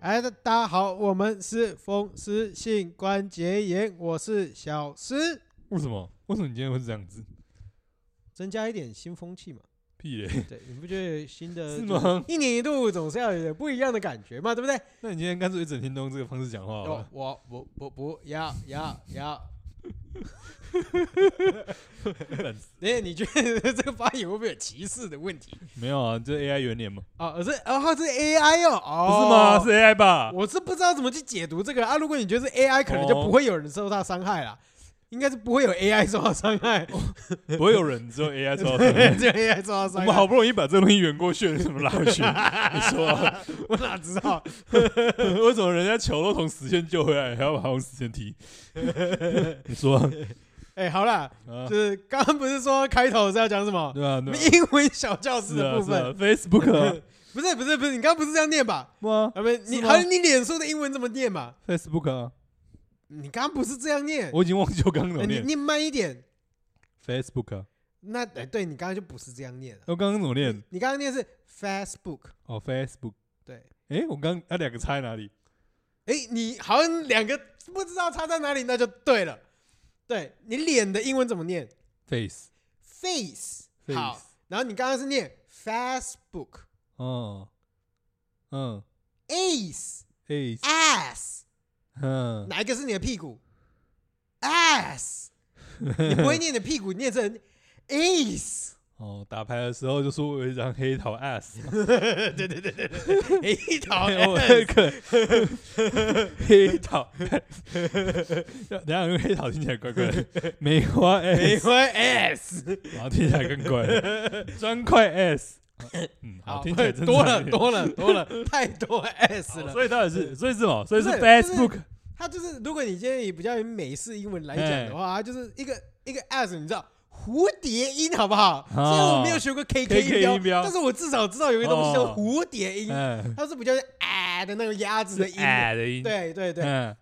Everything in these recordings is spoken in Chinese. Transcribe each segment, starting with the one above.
哎，大大家好，我们是风湿性关节炎，我是小诗。为什么？为什么你今天会是这样子？增加一点新风 气嘛？屁嘞！对，你不觉得新的是吗？一年一度总是要有点不一样的感觉嘛，对不对？那你今天干脆一整天都用这个方式讲话好啊哦了。我不不不要要要。 哎、你觉得这个发言会不会有歧视的问题没有啊，这 AI 元年嘛，啊？哦是哦，是 AI 哦，不哦是吗？是 AI 吧？我是不知道怎么去解读这个啊。如果你觉得是 AI，可能就哦不会有人受到伤害啦，应该是不会有 AI 受到伤害，不会有人只有 AI 知道的。 只有 AI 受到哦我伤们好害。不容易把这个东西圆过去，怎么拉回去？你说啊， 我哪知道？为什么人家球都从实线救回来，还要把它从实线踢？ 你说啊哎、好啦，啊就？是刚刚不是说开头是要讲什么？对啊，对啊英文小教室是的啊，部是分。啊，Facebook 啊， 不是不是不是，你刚刚不是这样念吧？哇啊，不是，你是吗好像你脸书的英文怎么念嘛？ ，Facebook 啊，你刚刚不是这样念，我已经忘记我刚刚怎哎么你念念慢一点。 Facebook 啊，那哎、对你刚刚就不是这样念了。我刚刚怎么念？你刚刚念是 Facebook，哦，Facebook。对。哎，我刚那两个差在哪里？哎、你好像两个不知道差在哪里，那就对了。对你脸的英文怎么念 Face。 ？Face。好 Face，。然后你刚刚是念 Facebook。哦，嗯 Ace。 ，Face， Ass。嗯，哪一个是你的屁股？Ass。你不会念你的屁股，念成 Ace。哦，打牌的时候就说我有一张黑桃 S，对对对对对，黑桃哎我 S。可黑桃 S，等一下用黑桃听起来怪怪的，梅花玫 S，瑰 S，然后听起来更怪了，砖块 S，嗯，好，听起来真多的了有点多了多了，太多 S 好了。所以到底是，所以是什么？所以是不是就是 Facebook，它就是，如果你今天以比较美式英文来讲的哎话，它就是一个一个 S，你知道蝴蝶音好不好？虽然我没有学过 KK KK 音啊音标但是我至少知道有一个东西叫哦蝴蝶音，嗯，它是比较啊的那个鸭子的音。哎的音，，对对对，嗯，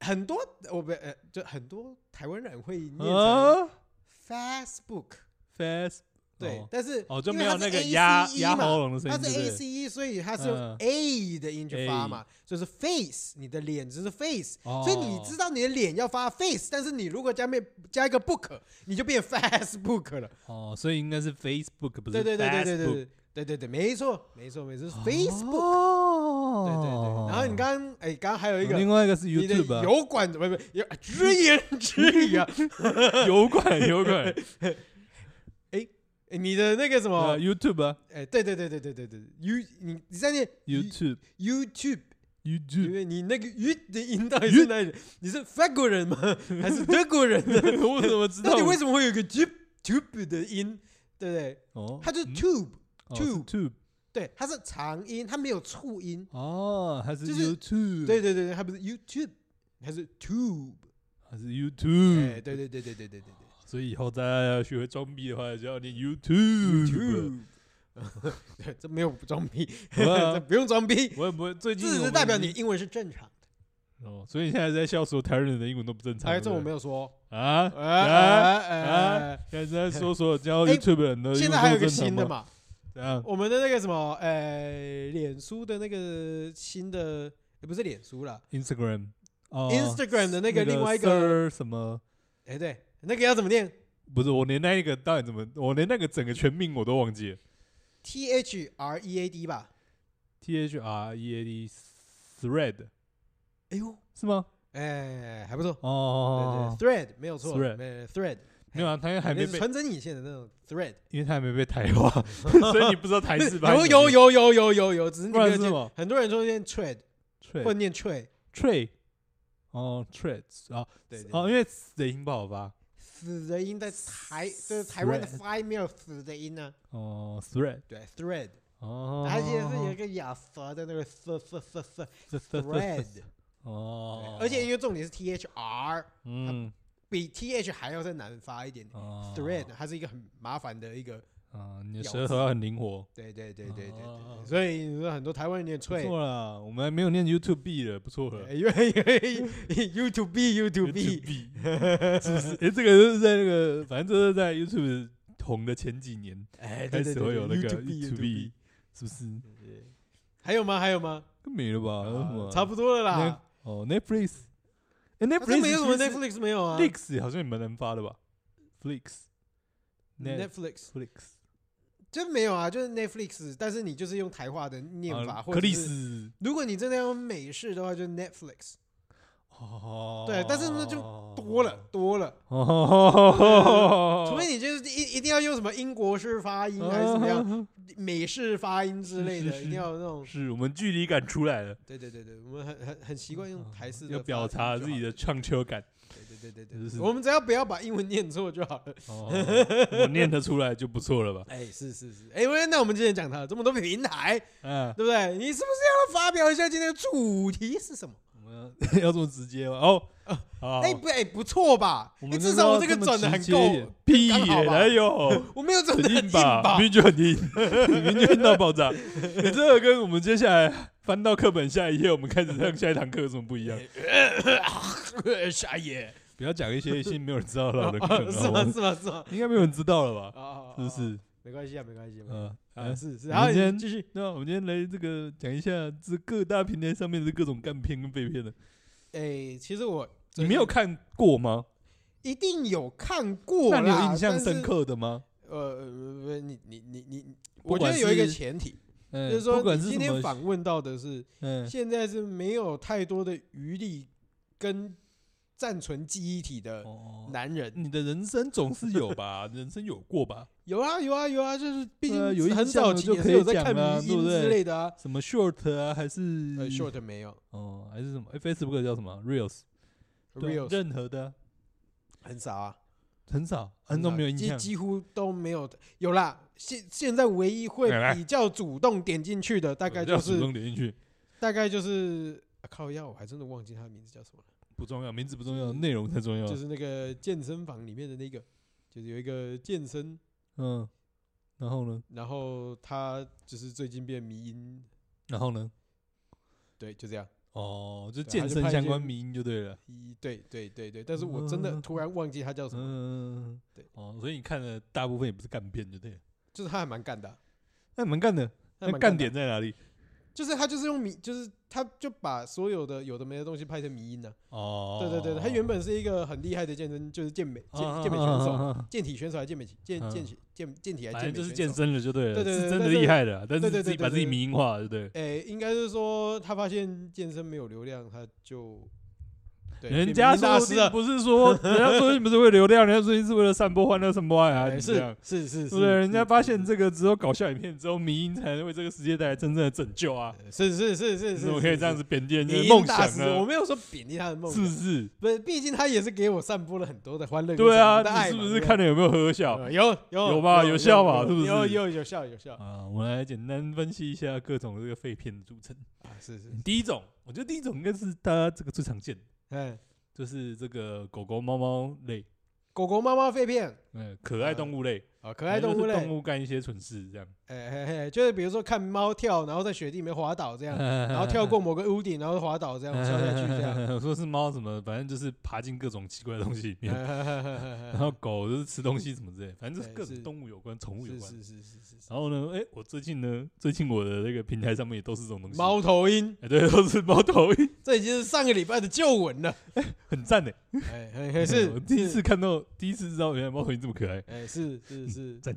很多我不呃，就很多台湾人会念成哦 Facebook， ，Face，对哦，但是哦，就因没为有它那是个 ACE 压压嘛喉咙的声它音，是对不 A 对 C E，所以它是用嗯 A 的音去发嘛，就是 face，你的脸就是 face，、哦所以你知道你的脸要发 face，但是你如果加面加一个 book，你就变 Facebook 了。哦，所以应该是 Facebook 不对是对对对对对 Facebook 对对对对，没错没错没错是，Facebook、哦对对对，然后你刚刚哎，刚刚还有一个另。外一个是你的 YouTube 啊油 管不不有只言只语啊！油管 油管哎你的那个什啊么， YouTube 啊哎，对对对对对对对，You 你你在念 YouTube YouTube，因 YouTube，为你那 个 U 的音到底是哪里？你是法国 人吗？还是德国人呢？ 我怎么知 那道你？为什么会有一个 tube tube 的音？对不对？哦它就是嗯 tube，、哦是 tube Tube 对，它是长音，它没有促音。哦，还是就是 YouTube 对，对对对，它不是 YouTube，它是 tube。还是哎、对 YouTube，对对对对对对对所以以后大家要学会装逼的话，就要念嗯 YouTube。 ，tube。对， 这没有装逼， 不会啊这不用装逼， 我也不会，最近这我是们代表已你经英文是正常的。哦，所以你现在在笑说台湾人的英文都不正常。哎，对这不我对没有说。啊哎啊！哎哎，现在在说所有教哎 YouTube 人的现英文都不正常吗，在还有一个新的嘛？怎 样？我们的那个什么，呃，脸书的那个新的，也不是脸书啦 Instagram 哦 Instagram 的那个另外一个， Sir 什么？哎，对，那个要怎么念不是，我连那一个到底怎么，我连那个整个全名我都忘记了。 ？T H R E A D 吧？ T H R E A D Thread 哎呦，是吗？哎，还不错，哦，对对，Thread 没有错 Thread 没 Thread 没有啊，他那还没是被，穿针引线的那种 Thread，因为他还没被台化，所以你不知道台 式吧？有有有有有有有，只是你不没然有是什念，么很多人说念 Thread 或念 Thread， Trade，Trade，哦，Trades 啊，对对，哦，因为死的音不好发，死的音在台就是台湾的 Thread 发音没有死的音呢，哦，Thread，对 Thread，哦，它其实是有一个雅舌的那个嘶嘶嘶嘶。是 Thread，哦，而且因为重点是 T H R，嗯比 T H 还要再难发一点点。哦 Thread 它是一个很麻烦的一个，啊，你的咬舌字头要很灵活。对对对对对对哦对，所以你说很多台湾人念不脆，错啦，我们还没有念 YouTube B 了，不错了。因为 因为 YouTube 哎 YouTube YouTube B， B，是不是？哎，这个就是在那个，反正就是在 YouTube 红的前几年哎，对开对始对会有那个 YouTube YouTube B，是不是？还有吗？还有吗？没了吧？还有什么啊差不多了啦。哦，Netflix，啊这哎，Netflix 没有什么其实 Netflix 没有啊 Flix 好像也蛮能发的吧？Flix，Netflix， ，Netflix 就没有啊，就是 Netflix，但是你就是用台话的念法，啊或克者里是斯，如果你真的要用美式的话，就是 Netflix，哦，对但是那就多了多了，哦， 除非你就是一一定要用什么英国式发音还是怎么样，样？美式发音之类的，是是是一定要有那种。是我们距离感出来了，对对对对，我们很很很习惯用台式的哦要表发达音就自己好的唱秋感。对对对对对，就是我们只要不要把英文念错就 好了。哦，我念得出来就不错了吧？哎，是是是，哎，喂，那我们今天讲到这么多平台， 嗯，对不对？你是不是要发表一下今天的主题是什么？我们 要要这么直接吗？哦，好哎，，不，哎，不错吧？我哎们至那少时我候这个么转的直很接够一点，屁刚好耶，吧哎呦， 我没有转很的很硬硬吧？明吧？明就 很硬，明明就硬到爆炸。你这个跟我们接下来翻到课本下一页，我们开始上下一堂课有什么不一样？哎 下一 页，不要讲一些现在没有人知道的老人梗 哦了，哎是好吗？吗是吗？是吗？应该没有人知道了吧？啊，是不是？没关系啊，没关系。没关系嗯，啊，哎是是，我然后们今天继续。那我们今天来这个讲一下这各大平台上面的各种干片跟废片的，哎，其实我你没有看过吗？一定有看过啦，那你有印象但是深？刻的吗？呃，呃不是你你你你你，不我觉管得有一个是前提，嗯，就是不说管你是今什天么，访问到的是嗯，现在是没有太多的余力跟暂存记忆体的哦，男人。你的人生总是有吧， 人生有过吧？有啊有啊有啊，就是毕对啊有竟印很象早的期就也可是以有在讲看啦迷对音不之对类的啊。什么 short 啊，还是呃，short 没有哦，还是什么？哎，Facebook 叫什么？Reels，对啊，real 任何的啊很少啊，很少，很少少没有印几象。几乎都没有。有啦，现现在唯一会来来比较主动点进去的，大概就主是动点进去，大概就是啊靠药，我还真的忘记他的名字叫什么了。不重要，名字不重要，内容才重要。就是那个健身房里面的那个，就是有一个健身，嗯，然后呢？然后他就是最近变迷音，然后呢？对，就这样。哦，就对他健就身拍一相些关迷音就对了。一对对对对，但是我真的嗯突然忘记他叫什么，嗯，对。哦，所以你看的大部分也不是干片就对了。就是他还蛮干的啊，那你们干的，他还那蛮哎干的点啊在哪里？就是他就是用迷，就是他就把所有的有的没的东西拍成迷啊音呢、哦，啊对对对，他原本是一个很厉害的健身，就是健美健嗯健美选手，手，健体选手还是健美健健健健体还啊嗯反是健美正就是选健手。身了就对了，对对对是真的但是厉害的啊，但对是对自己对把对自己对迷音化了，对不对？诶，应该是说他发现健身没有流量，他就对人变家迷音大说师啊你了，不是 说，人家说你不是为流量，人家说你是为了散播欢乐、散播爱啊，哎你这样是是是对不对？人家发现是这个只有搞笑影片，只有迷音才能为这个世界带来真正的拯救啊！呃是是是是是，你怎么可以这样子？子贬低人家迷的音梦大想师我呢？没有说贬低他的梦是想不，是？不是，毕竟他也是给我散播了很多的欢乐跟对散啊，播的爱你是嘛不是看对了有没有喝不笑对有有有吧有效吧有是不有是有有效有效啊？我们来简单分析一下各种这个废片的组成。啊？是是，第一种，我觉得第一种应该是大家这个最常见的，哎，就是这个狗狗、猫猫类，狗狗、猫猫、废片嗯，可爱动物类，啊，可爱动就是物类，动物干一些蠢事这样，哎嘿嘿，就是比如说看猫跳，然后在雪地里面滑倒这 样，然后跳过某个屋顶，然后滑倒这样摔下去这样。 我说是猫什么，反正就是爬进各种奇怪的东西里 面。哎然然后狗就是吃东西什么之类，反正就是对各是种动物有关、宠物有是关。是是是是是，然后呢，哎，我最近呢，最近我的那个平台上面也都是这种东西。猫，头鹰，哎，对，都是猫头鹰，这已经是上个礼拜的旧闻 了。很赞的。哎，嘿嘿是 我第一次，看到，第一次知道原来猫头鹰这么可爱是哎是是 是，赞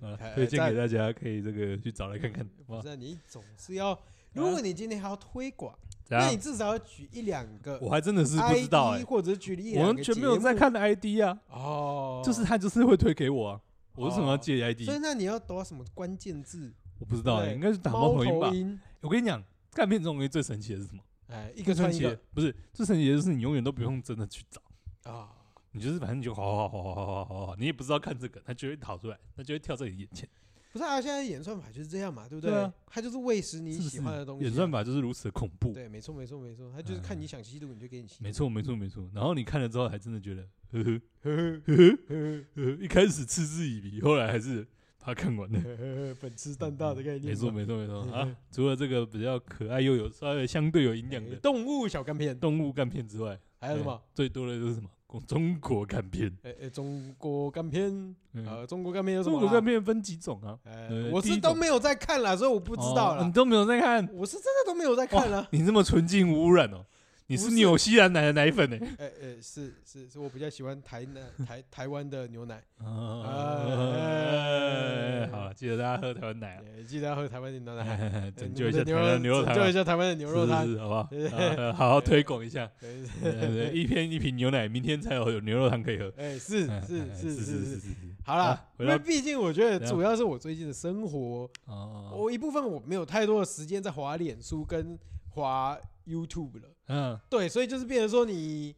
啊哎，推荐给他。大家，可以这个去找来看看。哇不，是啊你总是要，如果你今天还要推广，怎那样你？至少要举一两个啊我还真的是不知道哎 ID，，或者举例，我完全没有在看 ID 啊，哦，就是他就是会推给我啊，我为什么要哦借 ID？所以那你要打什么关键字？我不知道哎，对应该是打猫猫头鹰吧头。鹰，我跟你讲，看片这种东西最神奇的是什么？哎，一一个穿一个不是最神奇的就是你永远都不用真的去找，啊，你就是反正你就好好好好好好好好，你也不知道看这个，它就会跑出来，它就会跳在你眼前，不是啊，现在演算法就是这样嘛，对不对啊它就是喂食你是不喜是欢的东？西啊。演算法就是如此的恐怖。对，没错，没错，没错，它就是看你想吸毒，你就给你吸。没错，没错，没错。然后你看了之后，还真的觉得，呵呵呵呵呵呵呵呵呵，一开始嗤之以鼻，后来还是把它 看完了。呵呵，本吃蛋大的概念嘛。没错，没错，没错 啊！除了这个比较可爱呃又有稍微相对有营养哎的动物小干片，动物干片之外，还有什哎么？最多的就是什么？中国干片，哎哎，中国干片，嗯，呃，中国干片有什中么啦？国干片分几种啊？呃，呃我第一是种都没有在看啦，所以我不知道哦你啦。都没有在看，我是真的都没有在看啦。你这么纯净无染哦，你不是是纽西兰奶的奶粉呢？ 哎哎，是是是，我比较喜欢台南台台湾的牛奶。哦哎哎啊，好了，记得大家喝台湾奶啊哎记得要喝台湾的牛奶，哎，哎 拯救一你下们的台湾牛肉拯救一汤啊，下台湾的牛肉汤是。是是 好不好？对啊呃好好推广一下，对对对对一片一瓶牛奶，明天才有有牛肉汤可以喝。哎，是哎哎是哎是是是是，是，好啦啊，回因到为毕竟我觉得怎样主要是我最近的生活，哦，我一部分我没有太多的时间在滑脸书跟滑 YouTube 了。嗯，对，所以就是变成说你，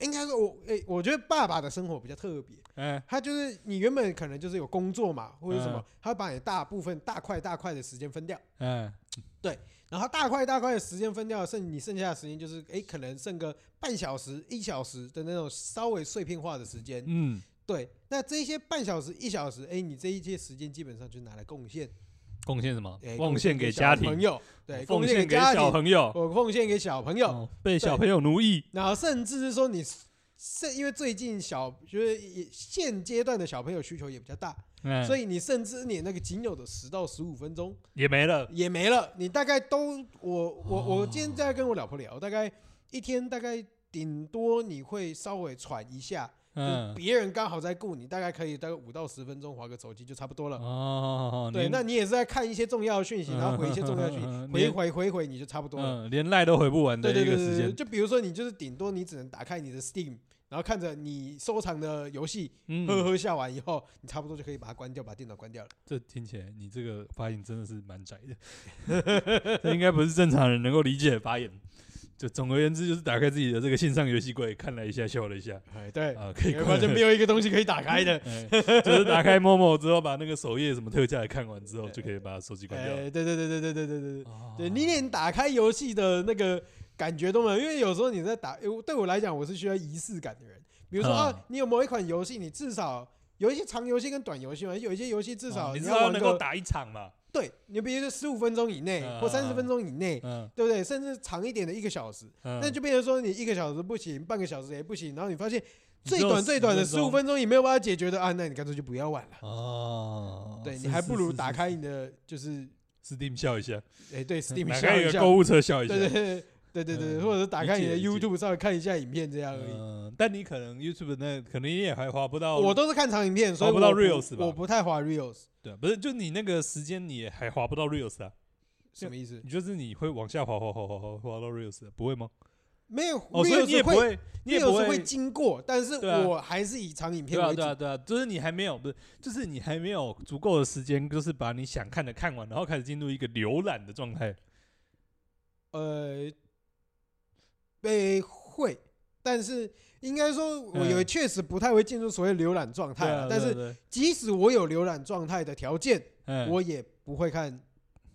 应该说我，诶、我觉得爸爸的生活比较特别，哎，他就是你原本可能就是有工作嘛，或者什么嗯，他会把你大部分大块大块的时间分掉，哎，然后大块大块的时间分掉，剩你剩下的时间就是，诶、可能剩个半小时、一小时的那种稍微碎片化的时间。嗯，对，那这些半小时、一小时，诶、你这一些时间基本上就拿来贡献，哎贡献什么诶、？贡献给小家朋庭，哦友，对，奉贡献献给家小庭，朋友，我奉献给小朋友。哦被小朋友奴役。然后甚至是说你甚因为最近小就是也现阶段的小朋友需求也比较大，嗯，所以你甚至你那个仅有的十到十五分钟也没了。 也没了，你大概都我我我今天在跟我老婆聊，大概一天大概顶多你会稍微喘一下，就是嗯，别人刚好在顾你，大概可以大概五到十分钟划个手机就差不多了。哦，对，连那你也是在看一些重要的讯息，然后回一些重要讯息，嗯嗯嗯嗯回一连回回一回你就差不多了。嗯，连赖都回不完的对对对一个对时对，间。就比如说你就是顶多你只能打开你的 Steam，然后看着你收藏的游戏呵嗯，呵下完以后，你差不多就可以把它关掉，把电脑关掉了。这听起来你这个发言真的是蛮窄的， 这应该不是正常人能够理解的发言。就总而言之，就是打开自己的这个线上游戏柜，看了一下，笑了 一下，哎，对，啊，可以你会发关现没了。。有一个东西可以打开的哎就是打开 Momo 之后，把那个首页什么特价也看完之后，就可以把手机关掉了。哎，对对对对对对对对对，哦对你连打开游戏的那个感觉都没有，因为有时候你在打，因为对我来讲我是需要仪式感的人。比如说啊啊，你有某一款游戏，你至少有一些长游戏跟短游戏嘛，有一些游戏至哦少你你至要少玩能够个，打一场嘛。对，你比如说十五分钟以内嗯或嗯三十嗯分钟以内，嗯，对不对？甚至长一点的一个小时，那那就变成说你一个小时不行，半个小时也不行，然后你发现你最只有短最短的10十五分钟也没有办法解决的啊，那你干脆就不要玩了。哦，对是你还不如是是打是开你的就是， Steam 笑一下，哎， 对，Steam 打笑开一一个下，购物车笑一下。对对对对对对，嗯或者是打开你的理解理解 YouTube 上看一下影片这样而已。嗯，但你可能 YouTube 那可能也还划不到，我都是看长影片，所以划我不到不 Reels 吧我不太滑 Reels，对啊，不是就你那个时间你也还划不到 Reels 啊？什么意思？你就是你会往下滑滑滑滑滑滑到 Reels，啊不会吗？没有哦，所以你也，Reels 不会会，你也不，Reels 会会。经过，但是对啊我还是以长影对片啊，为对啊，主。对啊，就是你还没有，不是，就是你还没有足够的时间，就是把你想看的看完，然后开始进入一个浏览的状态。呃，被会，但是应该说，我嗯有确实不太会进入所谓浏览状态对啊啊，。但对啊是对啊即使我有浏览状态的条件，嗯，我也不会看，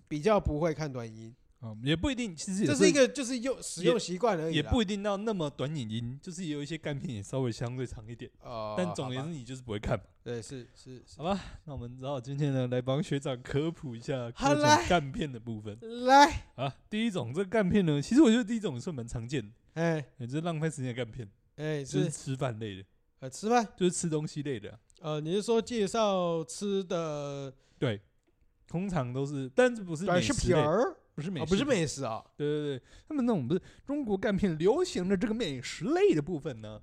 比较不会看短音。嗯也不一定，其实也这是一个就是用使也用习惯而已啦，也不一定到那么短影音，就是也有一些干片也稍微相对长一点，哦。但总而好言吧之，你就是不会看。对，是是是好。吧， 那我们只好今天呢来帮学长科普一下好各种来干片的部分来，啊。第一种这个干片呢，其实我觉得第一种也算蛮常见的，哎也就是浪费时间的干片，哎，就是是吃饭类的，呃吃饭，就是吃东西类的啊、呃，你是说介绍吃的通常都是，但是不是短美视食频类，啊儿不是美啊？食，不是，美食啊？对对对，他们那种不是中国干片流行的这个美食类的部分呢。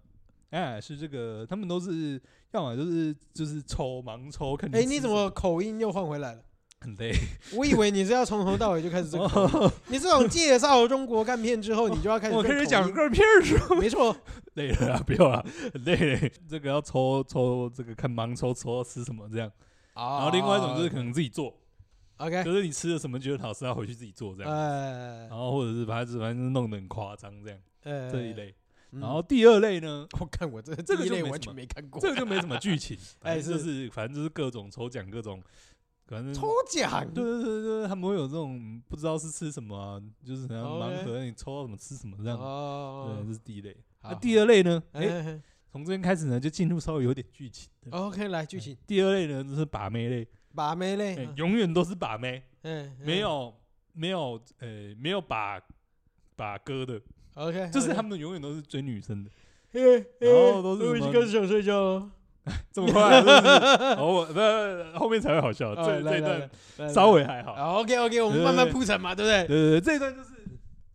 哎，是这个，他们都是要么就是就是抽盲抽，看哎，吃你什怎么口音又换回来了？很累？我以为你是要从头到尾就开始这个口音，你这种介绍中国干片之后，你就要开始哦我开这始个讲口个片儿是吧？音，没错，累了啊，不要了，很累嘞。这个要抽抽，这个看盲抽抽吃什么这样。 然然后另外一种就是可能自己做，啊 OK，就是你吃了什么觉得好吃，要回去自己做这样。呃然后或者是反正反正弄得很夸张这样呃这一，类。嗯然后第二类呢，我看我这这个第一就类没完什全么没看过，这个就没什么剧情， 哎反正就是反正就是各种抽奖，各种反正抽。奖，对对对对，他们会有这种不知道是吃什么啊、就是好像盲 OK 盒，你抽到什么吃什么这样。对，哦这，是第一类。那好第二类呢？好哎，哎从这边开始呢，就进入稍微有点剧情的。 ，OK，来哦剧情，第二类呢，就是把妹类，把妹嘞啊哎，永远都是把妹，嗯，没有没有呃没有把把哥的， ，OK，就是他们永远都是追女生的。然后都是我已什经么哦开始想睡觉了。这么快是不是，然后我不后面才会 好笑，哎这来这来一段来来稍微还好。好，OK OK，我们慢慢铺陈嘛，对不对？对对对，这一段就是，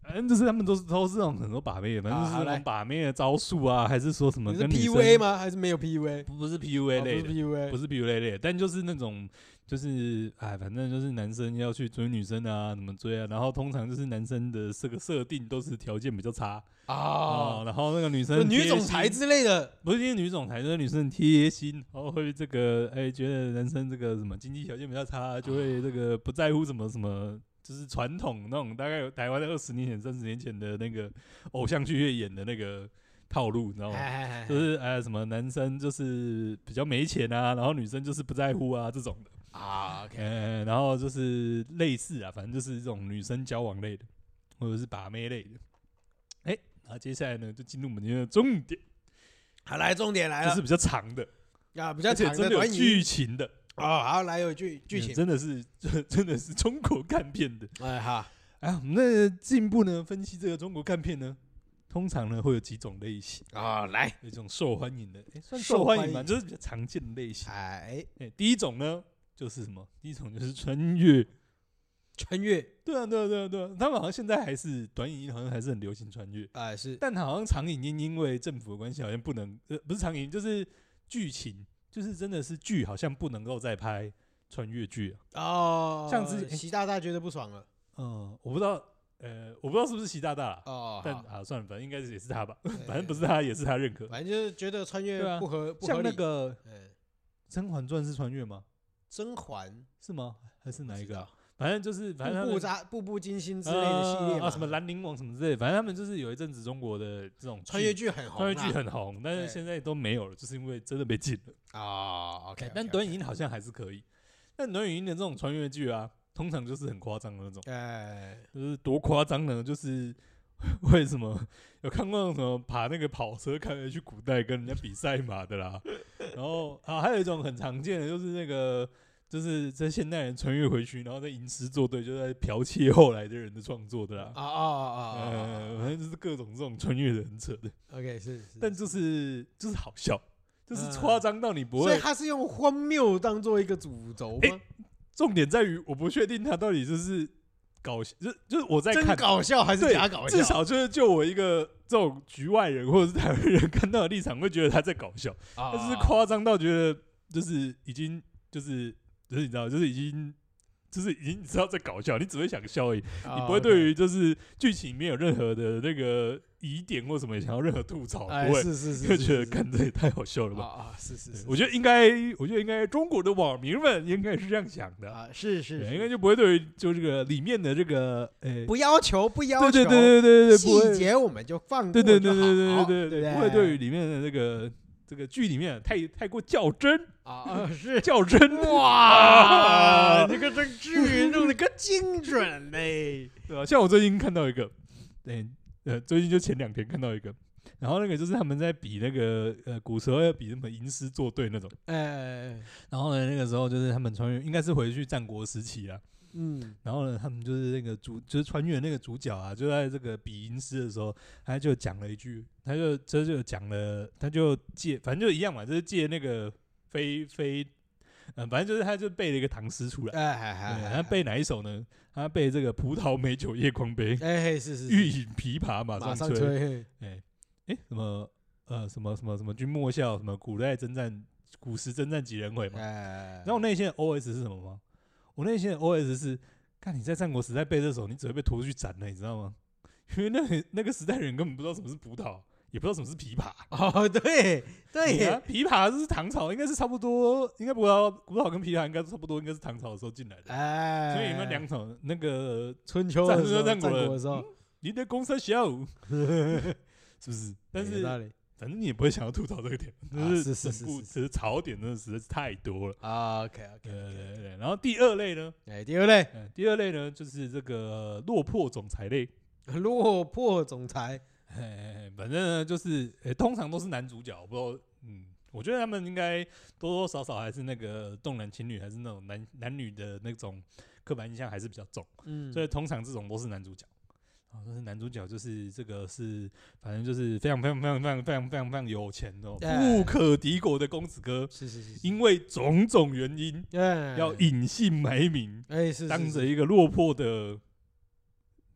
反正就是他们都是都是那种很多把妹，反正就是好那来种把妹的招数啊，还是说什么你是跟女生 PUA？吗？还是没有 PUA？不不是哦 PUA 不类是的，不 PUA，是 PUA 类的，但就是那种就是哎，反正就是男生要去追女生啊，怎么追啊，然后通常就是男生的这个设定都是条件比较差哦啊，，然后那个女就生女贴总心裁之类的不是因为女总裁，就是女生很贴心，然后会这个哎、觉得人生这个什么经济条件比较差，就会这个不在乎什么什么，就是传统那种大概有台湾的二十年前、三十年前的那个偶像剧会演的那个套路，你知道吗？哎，哦就是哎、什么男生就是比较没钱啊，然后女生就是不在乎啊这种的，啊，OK，嗯、然后就是类似啊，反正就是这种女生交往类的，或者是把妹类的。哎、然后接下来呢，就进入我们今天的重点，好，来重点来就是了比较长的。啊，比较而且长的真的有短语剧情的哦，好，来有剧剧嗯情，真的是 真的是中国看片的。哎哈，哎，我们那进一步呢分析这个中国看片呢，通常呢会有几种类型，啊，来，有一种受欢迎的，哎，哎算受受欢欢迎嘛，迎就是比较常见的类型。哎，哎，第一种呢就是什么？第一种就是穿越。穿越，对啊，对啊，对啊，对啊，他们好像现在还是短影音，好像还是很流行穿越，哎是，但好像长影音因为政府的关系，好像不能，呃，不是长影音，就是剧情，就是真的是剧，好像不能够再拍穿越剧了。哦，像之前习大大觉得不爽了，嗯，我不知道，呃，我不知道是不是习大大啦，哦，但好啊，算了，反正应该是也是他吧，对反正不是他，也是他认可。反正就是觉得穿对啊越不合不合像那理。个《嗯，甄嬛传》是穿越吗？甄嬛是吗？还是哪一个啊不？反正就是，反正他步们步扎步步惊心之类的系列呃嘛，啊，什么兰陵王什么之类的，反正他们就是有一阵子中国的这种穿越剧很红啊，穿越剧很红，但是对现在都没有了，就是因为真的被禁了。啊，OK，但短影音好像还是可以，但短影音的这种穿越剧啊，通常就是很夸张的那种。哎，就是多夸张呢？就是 为什么有看过那种什么爬那个跑车，看来去古代跟人家比赛马的啦。然后啊，还有一种很常见的就是那个，就是在现代人穿越回去，然后在吟诗作对，就在剽窃后来的人的创作的啦啊。啊啊呃，啊反正就是各种这种穿越的很扯的， ，OK 是，是但就是就是好笑，就是嗯夸张到你不所以会。他是用荒谬当做一个主轴吗？重点在于我不确定他到底就是搞，就是就是我在真看搞笑还是对假搞笑？至少就是就我一个这种局外人或者是台湾人看到的立场，会觉得他在搞笑，啊但是夸张到觉得就是已经就是就是你知道，就是已经就是已经你知道在搞笑，你只会想笑而已，啊你不会对于就是剧情里面有任何的那个疑点或什么想要任何吐槽，哎不会，是是是， 就是觉得是看这也太好笑了啊吧。啊是是对是，我觉得应该，我觉得应该中国的网民们应该是这样想的，啊是是对是应该就不会对于就这个里面的这个呃不要求不要求，对对对对对对，不会细节我们就放过 对对就对好对对对对对，不会对于里面的那个这个剧里面太太过较真，啊啊是较真，哇啊，这个这个剧弄的可精准嘞！ 对吧？像我最近看到一个，对，呃，最近就前两天看到一个，然后那个就是他们在比那个呃古时候要比什么吟诗作对那种，哎，然后呢那个时候就是他们穿越，应该是回去战国时期啊，嗯，然后呢他们就是那个主就是穿越那个主角啊，就在这个比吟诗的时候，他就讲了一句，他就这就讲了，他就借，反正就一样嘛，就是借那个非非，呃，反正就是他就背了一个唐诗出来，哎嗨嗨对，嗨他背哪一首呢？他背这个“葡萄美酒夜 光杯，哎是是欲是，饮琵琶马马上上吹”，吹，哎哎什么呃什么什么什么君莫笑，什么古代征战，古时征战几人回嘛。哎，然后我内心的 OS 是什么吗？我内心的 OS 是：看你在战国时代背这首，你只会被拖去斩了，你知道吗？ 因为那个那个时代人根本不知道什么是葡萄，也不知道什么是琵琶。哦对对耶，啊琵琶是唐朝，应该是差不多，应该葡萄葡萄跟琵琶应该差不多，应该是唐朝的时候进来的。哎，所以你们两场那个春秋战的时候，战战国人国的时候，你的公山小， 是不是？但有是道理反正你也不会想要吐槽这个点， 啊就是是是整部是是其实槽点真的实在是太多了。啊，OK 对 OK，对对对。然后第二类呢，哎，第二类嗯，第二类呢，就是这个落魄总裁类。落魄总裁，哎，反正呢，就是、呃通常都是男主角，不知道，嗯，我觉得他们应该多多少少还是那个重男轻女，还是那种男男女的那种刻板印象还是比较重，嗯所，以通常这种都是男主角。哦，就是男主角就是这个是，反正就是非常非常非常非常非常非常非常有钱的、哦，哎不可敌国的公子哥，是是是，因为种种原因哎要隐姓埋名，哎是是当是着一个落魄的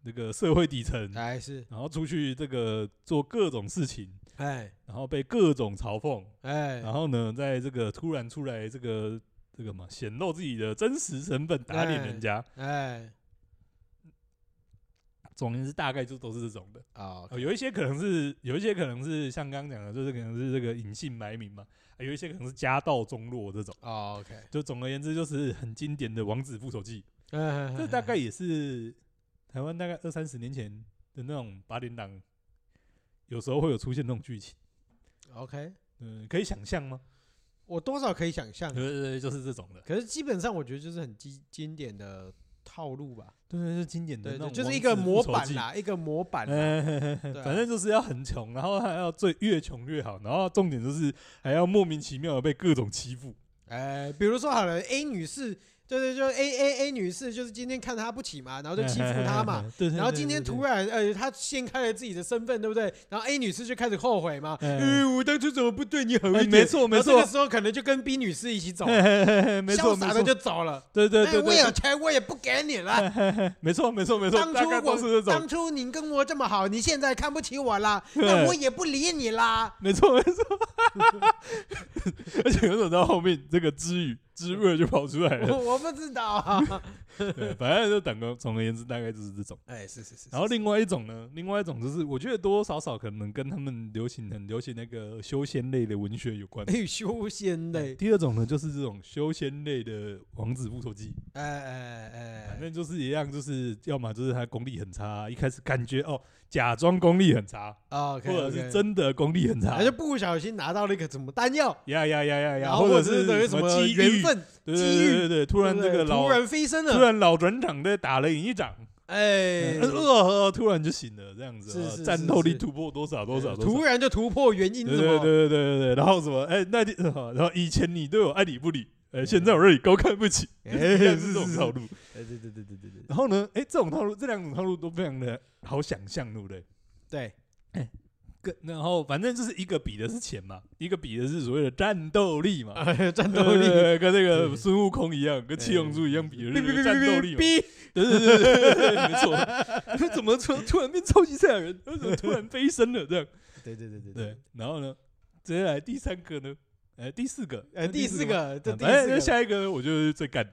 那个社会底层，哎是然后出去这个做各种事情，哎然后被各种嘲讽，哎然后呢，在这个突然出来这个这个嘛，显露自己的真实身份，打脸人家，哎总而言之，大概就都是这种的。哦呃有一些可能是，有一些可能是像刚刚讲的，就是可能是这个隐姓埋名嘛、啊有一些可能是家道中落这种。哦 OK，就总而言之，就是很经典的《王子复仇记》，嗯 这大概也是台湾大概二三十年前的那种八点档，有时候会有出现那种剧情。 OK，嗯、可以想象吗？我多少可以想象啊对，对对，就是这种的，可是基本上我觉得就是很经经典的套路吧，对对，就是经典的对嗯那种对，就是一个模王板子复仇记 啦，一个模板啦，哎嘿嘿嘿对啊反正就是要很穷，然后还要最越穷越好，然后重点就是还要莫名其妙的被各种欺负。哎，比如说好了，A 女士，对对，就 A A A 女士，就是今天看她不起嘛， 然后就哦欺负她嘛。对，对然后今天突，然，呃，她掀开了自己的身份，对不对？然后 A 女士就开始后悔嘛，嗯嗯，我当初怎么不对你好对对一对点？没错没然后这错个，时候可能就跟 B 女士一起走，嘿嘿嘿 嘿没错潇洒的没错就走了。对对对哎我有对，钱，我也不给你了。没错没错没错，当大初概都是这我当种，初你跟我这么好，你现在看不起我啦，对那我也不理你啦。没错没错。 而且有种到后面这个知语知味就跑出来了，我我不知道啊。对，反正就等个，总而言之大概就是这种。哎，是是是。然后另外一种呢，另外一种就是我觉得多多少少可能跟他们流行很流行那个修仙类的文学有关。哎，修仙类，第二种呢，就是这种修仙类的王子复仇记，哎哎反哎，正就是一样，就是要么就是他功力很差，一开始感觉哦假装功力很差，哦，或者是，真的功力很差他，就不小心拿到了一个什么丹药，呀呀呀呀然呀，后者是是等于什么机遇缘，分，对对对对对，突突然这个老突然飞升突了，然老转场的打了你一掌，哎呃，呃，突然就醒了这样子是啊，是战是斗力是突破多少多少多少，突然就突破原因，对什对对么？对对对对，然后什么？哎、那天、呃 然后以前你对我爱理不理，呃，现在我对你高看不起， 哎就是一样是是这种是套路。对对对对对对对然后呢，哎、这种套路，这两种套路都非常的好想象，对不对？对，跟然后反正就是一个比的是钱嘛，一个比的是所谓的战斗力嘛，哎战 对斗力，对对跟那个孙悟空一样，跟七龙珠一样比的哔哔是哔战斗哔力嘛。哔哔，对对对对对，对没错。那怎么突然突然变超级赛亚人？为什么突然飞升了这样？对对对对对，，然后呢，接下来第三个呢？哎，第四个，呃，第四个吗。个，这第哎，那四下一个我觉得是最干，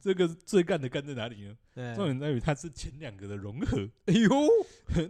这个最干的干在哪里呢？个，重点在于它是前两个的融合，哎呦，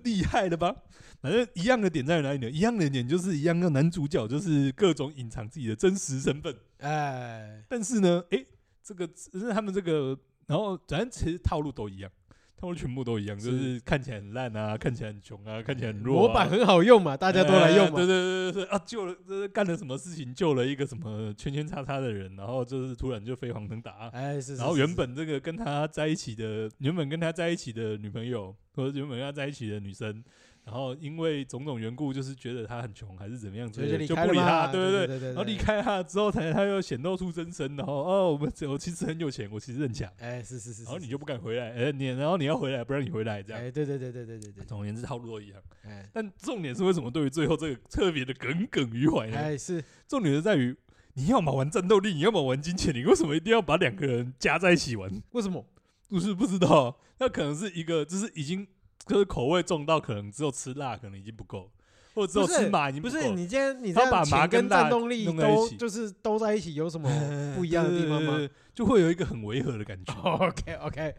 厉害了吧？反正一样的点在于哪里呢？一样的点就是一样的男主角就是各种隐藏自己的真实身份，哎，但是呢，哎，这个是他们这个，然后反正其实套路都一样。套路全部都一样，就是看起来很烂啊，看起来很穷啊，看起来很弱、啊。模板很好用嘛，大家都来用哎对嘛，对对对对啊！救了这干了什么事情？救了一个什么圈圈叉叉的人，然后就是突然就飞黄腾达、哎是，是然后是原是本这个跟他在一起的，原本跟他在一起的女朋友，或者原本跟他在一起的女生，然后因为种种缘故，就是觉得他很穷还是怎么样之所以类就的，离就开了不理他，嘛，对对对对对，然后离对，开他之后，才他又显露出真身，然后哦，我们我其实很有钱，我其实很强，哎是是是，然后是你是就不敢回来，哎，你然后你要回来，不让你回来，这样。哎对对对对对对对，总而言之，套路都一样。哎但重点是为什么对于最后这个特别的耿耿于怀呢？哎是，重点是在于你要么玩战斗力，你要么玩金钱，你为什么一定要把两个人加在一起玩？为什么？不是不知道，那可能是一个就是已经就是口味重到可能只有吃辣可能已经不够，或者只有不是吃麻已经不够是 了。你今天你他这把样麻钱跟跟辣战斗力弄在一都起就是都在一起，有什么不一样的地方对对对吗对就会有一个很违和的感觉。 ？OK OK，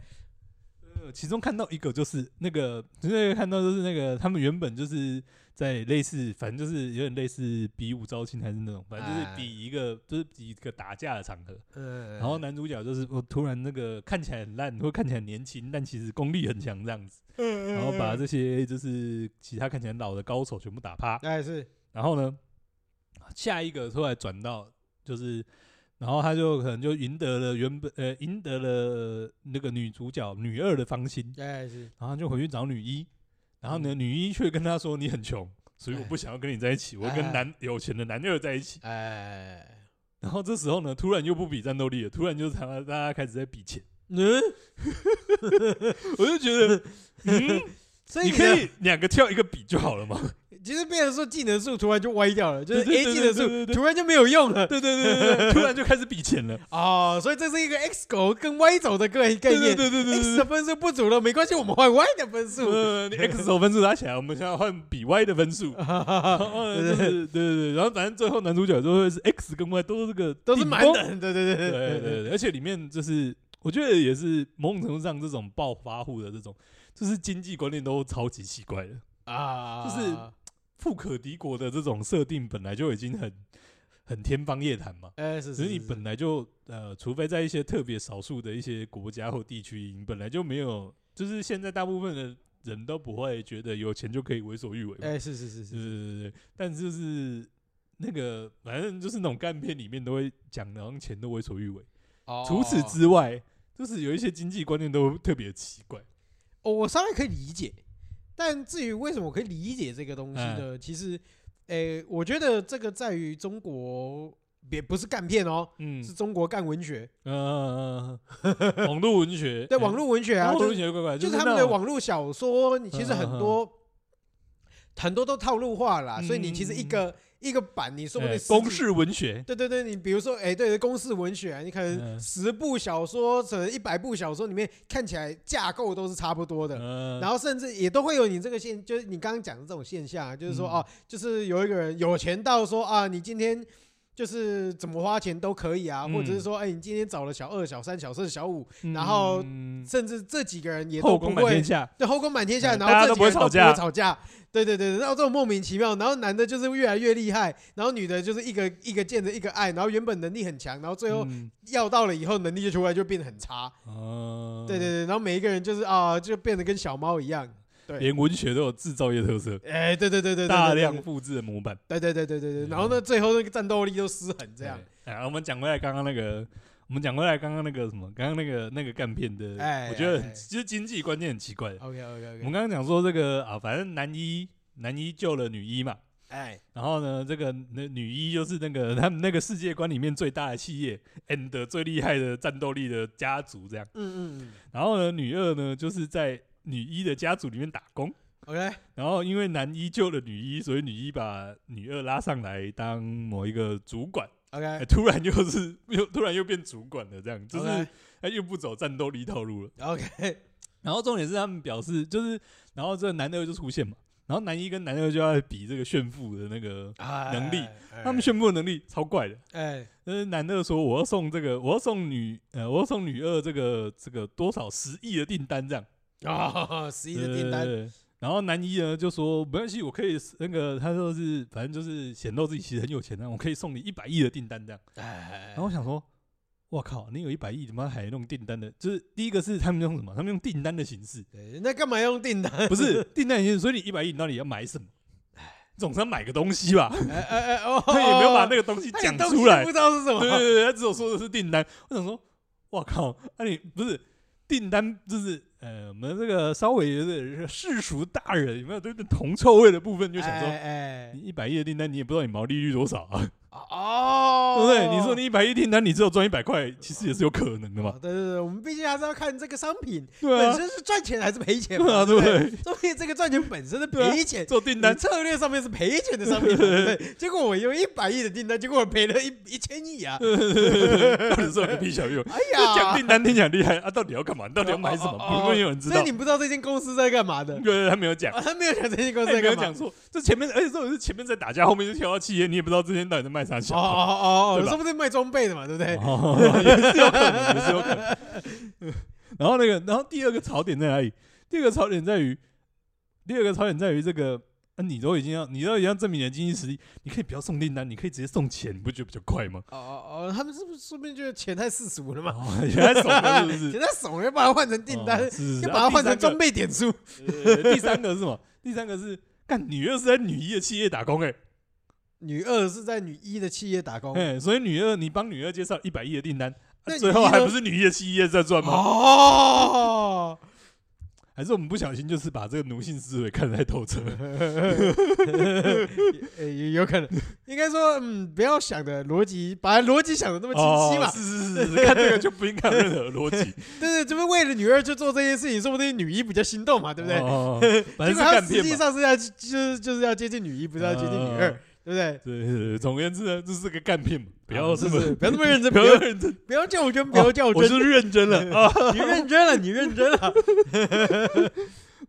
呃其中看到一个就是那个，就是看到就是那个，他们原本就是在类似，反正就是有点类似比武招亲还是那种，反正就是哎比一个，就是比一个打架的场合。嗯，然后男主角就是我突然那个看起来很烂，或看起来很年轻，但其实功力很强这样子，嗯，然后把这些就是其他看起来老的高手全部打趴。哎是然后呢，下一个突然转到就是，然后他就可能就赢得了原本呃赢得了那个女主角女二的芳心，哎是然后他就回去找女一，然后呢女一却跟他说你很穷，所以我不想要跟你在一起，我跟男有钱的男二在一起。哎，然后这时候呢，突然又不比战斗力了，突然就是他大家开始在比钱，嗯，我就觉得，嗯，所以的你可以两个跳一个比就好了嘛。其实变成说技能树突然就歪掉了，就是对 A 对技对能对对树对突然就没有用了对对对对对，突然就开始比钱了。哦，所以这是一个 X 狗跟 Y 走的概概对对念。对对对 X 对的分数不足了，没关系，我们换 Y 的分数。呃，你 x 手分数拿起来，我们现在换比 y 的分数。哦，对对就是对对对，然后反正最后男主角就会是 x 跟 y 都是这个 都是顶满峰等，对对对对对对，对而且里面就是我觉得也是某种程度上这种暴发户的这种，就是经济观念都超级奇怪的。啊，就是富可敌国的这种设定本来就已经很很天方夜谭嘛，呃，是只是你是本来就呃，除非在一些特别少数的一些国家或地区，你本来就没有，就是现在大部分的人都不会觉得有钱就可以为所欲为嘛。哎，是是是对是，对对对，但就是那个，反正就是那种干片里面都会讲的，好像钱都为所欲为。哦除此，之外，就是有一些经济观念都特别奇怪。哦，我稍微可以理解，但至于为什么我可以理解这个东西呢？嗯其实，哎，我觉得这个在于中国，也不是干片哦，嗯是中国干文学， 呃，网络文学，对哎网络文学啊，网就络是文学怪怪，就是是他们的那种网络小说，你其实很多很多都套路化啦，嗯所以你其实一个一个版，你说不哎定十几公。式文学，对对对，你比如说，哎，对，公式文学啊，你可能嗯十部小说，可能一百部小说里面看起来架构都是差不多的，然然后甚至也都会有你这个现，就是你刚刚讲的这种现象啊，就是说，嗯哦，就是有一个人有钱到说啊，你今天就是怎么花钱都可以啊，嗯或者是说，哎，你今天找了小二、小三、小四、小五，然后甚至这几个人也都嗯后不宫满会天下， 对，后宫满天下，嗯然大家后都这不几会个人都吵不架会吵架，对对对，然后这种莫名其妙，然后男的就是越来越厉害，然后女的就是一个一个见着一个爱，然后原本能力很强，然后最后嗯要到了以后能力就突然就变得很差，呃对对对，然后每一个人就是啊，就变得跟小猫一样，对连文学都有制造业特色，哎，对对对对，对大量，嗯复制的模板。对对对对对对对，然后呢，最后那个战斗力就失衡这样，对。哎，我们讲回来刚刚那个，我们讲回来刚刚那个什么，刚刚那个那个干片的，哎我觉得很哎就是经济观念很奇怪的。 ，OK OK 我们 OK，刚刚讲说这个啊，反正男一男一救了女一嘛，哎，然后呢，这个那女一就是那个 他们那个世界观里面最大的企业，and 最厉害的战斗力的家族这样。嗯嗯嗯然后呢，女二呢就是在女一的家族里面打工。 ，OK，然后因为男一救了女一，所以女一把女二拉上来当某一个主管。哎 OK，突然又是又突然又变主管了，这样就是哎又不走战斗力套路了。 OK，然后重点是他们表示就是，然后这个男二就出现嘛，然后男一跟男二就要比这个炫富的那个，能力，他们炫富的能力超怪的。啊哎，就是男二说我要送这个，我要送女呃，我要送女二这个这个多少十亿的订单这样，哦，十一的对订单。对对对然后男一呢就说没关系，我可以那个他说是反正就是显露自己其实很有钱啊的，我可以送你一百亿的订单这样。哎，然后我想说，我靠，你有一百亿，他妈还弄订单的？就是第一个是他们用什么？他们用订单的形式对那干嘛用订单？不是订单的形式。所以你一百亿，你到底要买什么？总是要买个东西 吧？哎哎哎哦，他也没有把那个个东西讲出来不。知道是什对么。对对，他只有说的是订单。我想说，我靠，那、你不是订单就是呃，我们这个稍微有点世俗大人有没有对对铜臭味的部分，就想说。哎，哎你一百亿的订单，你也不知道你毛利率多少啊，哦对，不对？你说你一百亿订单，你只有赚一百块，其实也是有可能的嘛哦。对对对，我们毕竟还是要看这个商品对本啊，身是赚钱还是赔钱对啊，嘛，对对不不对？对？啊说不定这个赚钱本身是赔钱。做订 你单，策略上面是赔钱的商品嘛，对不对？结果我用一百亿的订单，结果我赔了一一千亿啊！到底是有个屁小用？哎就 呀，讲订单听起来厉害啊，到底要干嘛？到底要买什么？哦哦哦不会有人知所以道你。不知道这间公司在干嘛的对，他没有讲，啊？他没有讲这间公司他在也没有干嘛讲。错。就前面，而且这种是前面在打架，后面就跳到企业，你也不知道之前到底在卖啥哦哎小。哦哦对哦，吧说不定卖装备的嘛，对不对？哦，也是有可能，也是有可能。然后那个，然后第二个槽点在哪里？第二个槽点在于，第二个槽点在于这个，啊，你都已经要，你都已经要证明你的经济实力，你可以不要送订单，你可以直接送钱，你不觉得比较快 吗？哦哦哦，他们是不是说不定觉得钱太世俗了嘛？哦，原来手了是 不是钱？太怂，要把它换成订单哦，是是是要把它换成。啊装备点数。第三个呃第三个是什么？第三个是干女二是在女一的企业打工哎、女二是在女一的企业打工哎、，所以女二你帮女二介绍一百亿的订单，啊那最女后一呢还不是女一的企业在赚吗？哦，还还是我们不小心就是把这个奴性思维看得太透彻？呃，有可能，应该说，嗯，不要想的逻辑，把逻辑想的那么清晰嘛。哦是是是是，看这个就不应该有任何逻辑，对对，这边为了女二就做这件事情，说不定女一比较心动嘛，对不对？哦？结反正是果他干实片际嘛。上是要就是就是要接近女一，不是要接近女二嗯，对不对？对对对，总而言之呢，这是个干片嘛，不要啊这是么是不要这 么认真，不不要要认真，不要较真，不要较我真，是认真了啊，你认真了，你认真了。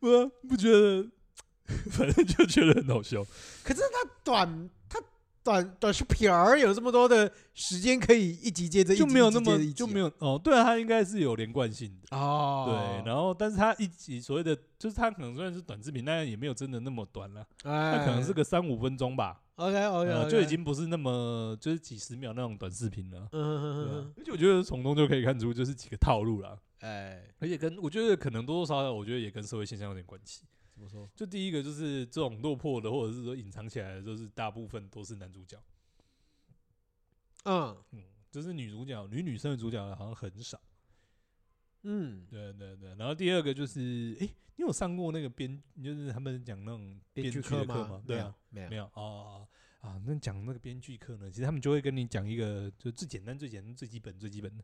我不觉得，反正就觉得很好笑。可是它 短，它短短视频儿有这么多的时间可以一集接着一集，就没有那么就就没有有哦，对啊，它应该是有连贯性的，哦对。。然后，但是它一集所谓的，就是它可能虽然是短视频，但也没有真的那么短了，对，哎它可能是个三五分钟吧， OK OK，呃就已经不是那么就是几十秒那种短视频了。嗯哼对哼啊哼，而且我觉得从中就可以看出就是几个套路啦，哎，而且跟我觉得可能多多少少，我觉得也跟社会现象有点关系。怎么说？就第一个就是这种落魄的，或者是说隐藏起来的，就是大部分都是男主角，嗯嗯，就是女主角、女女生的主角好像很少。嗯，对对对，然后第二个就是，诶，你有上过那个编，就是他们讲那种编剧剧的课吗？对没啊有，没有没有哦哦啊，那讲那个编剧课呢，其实他们就会跟你讲一个，就最简单、最简单、最基本、最基本的，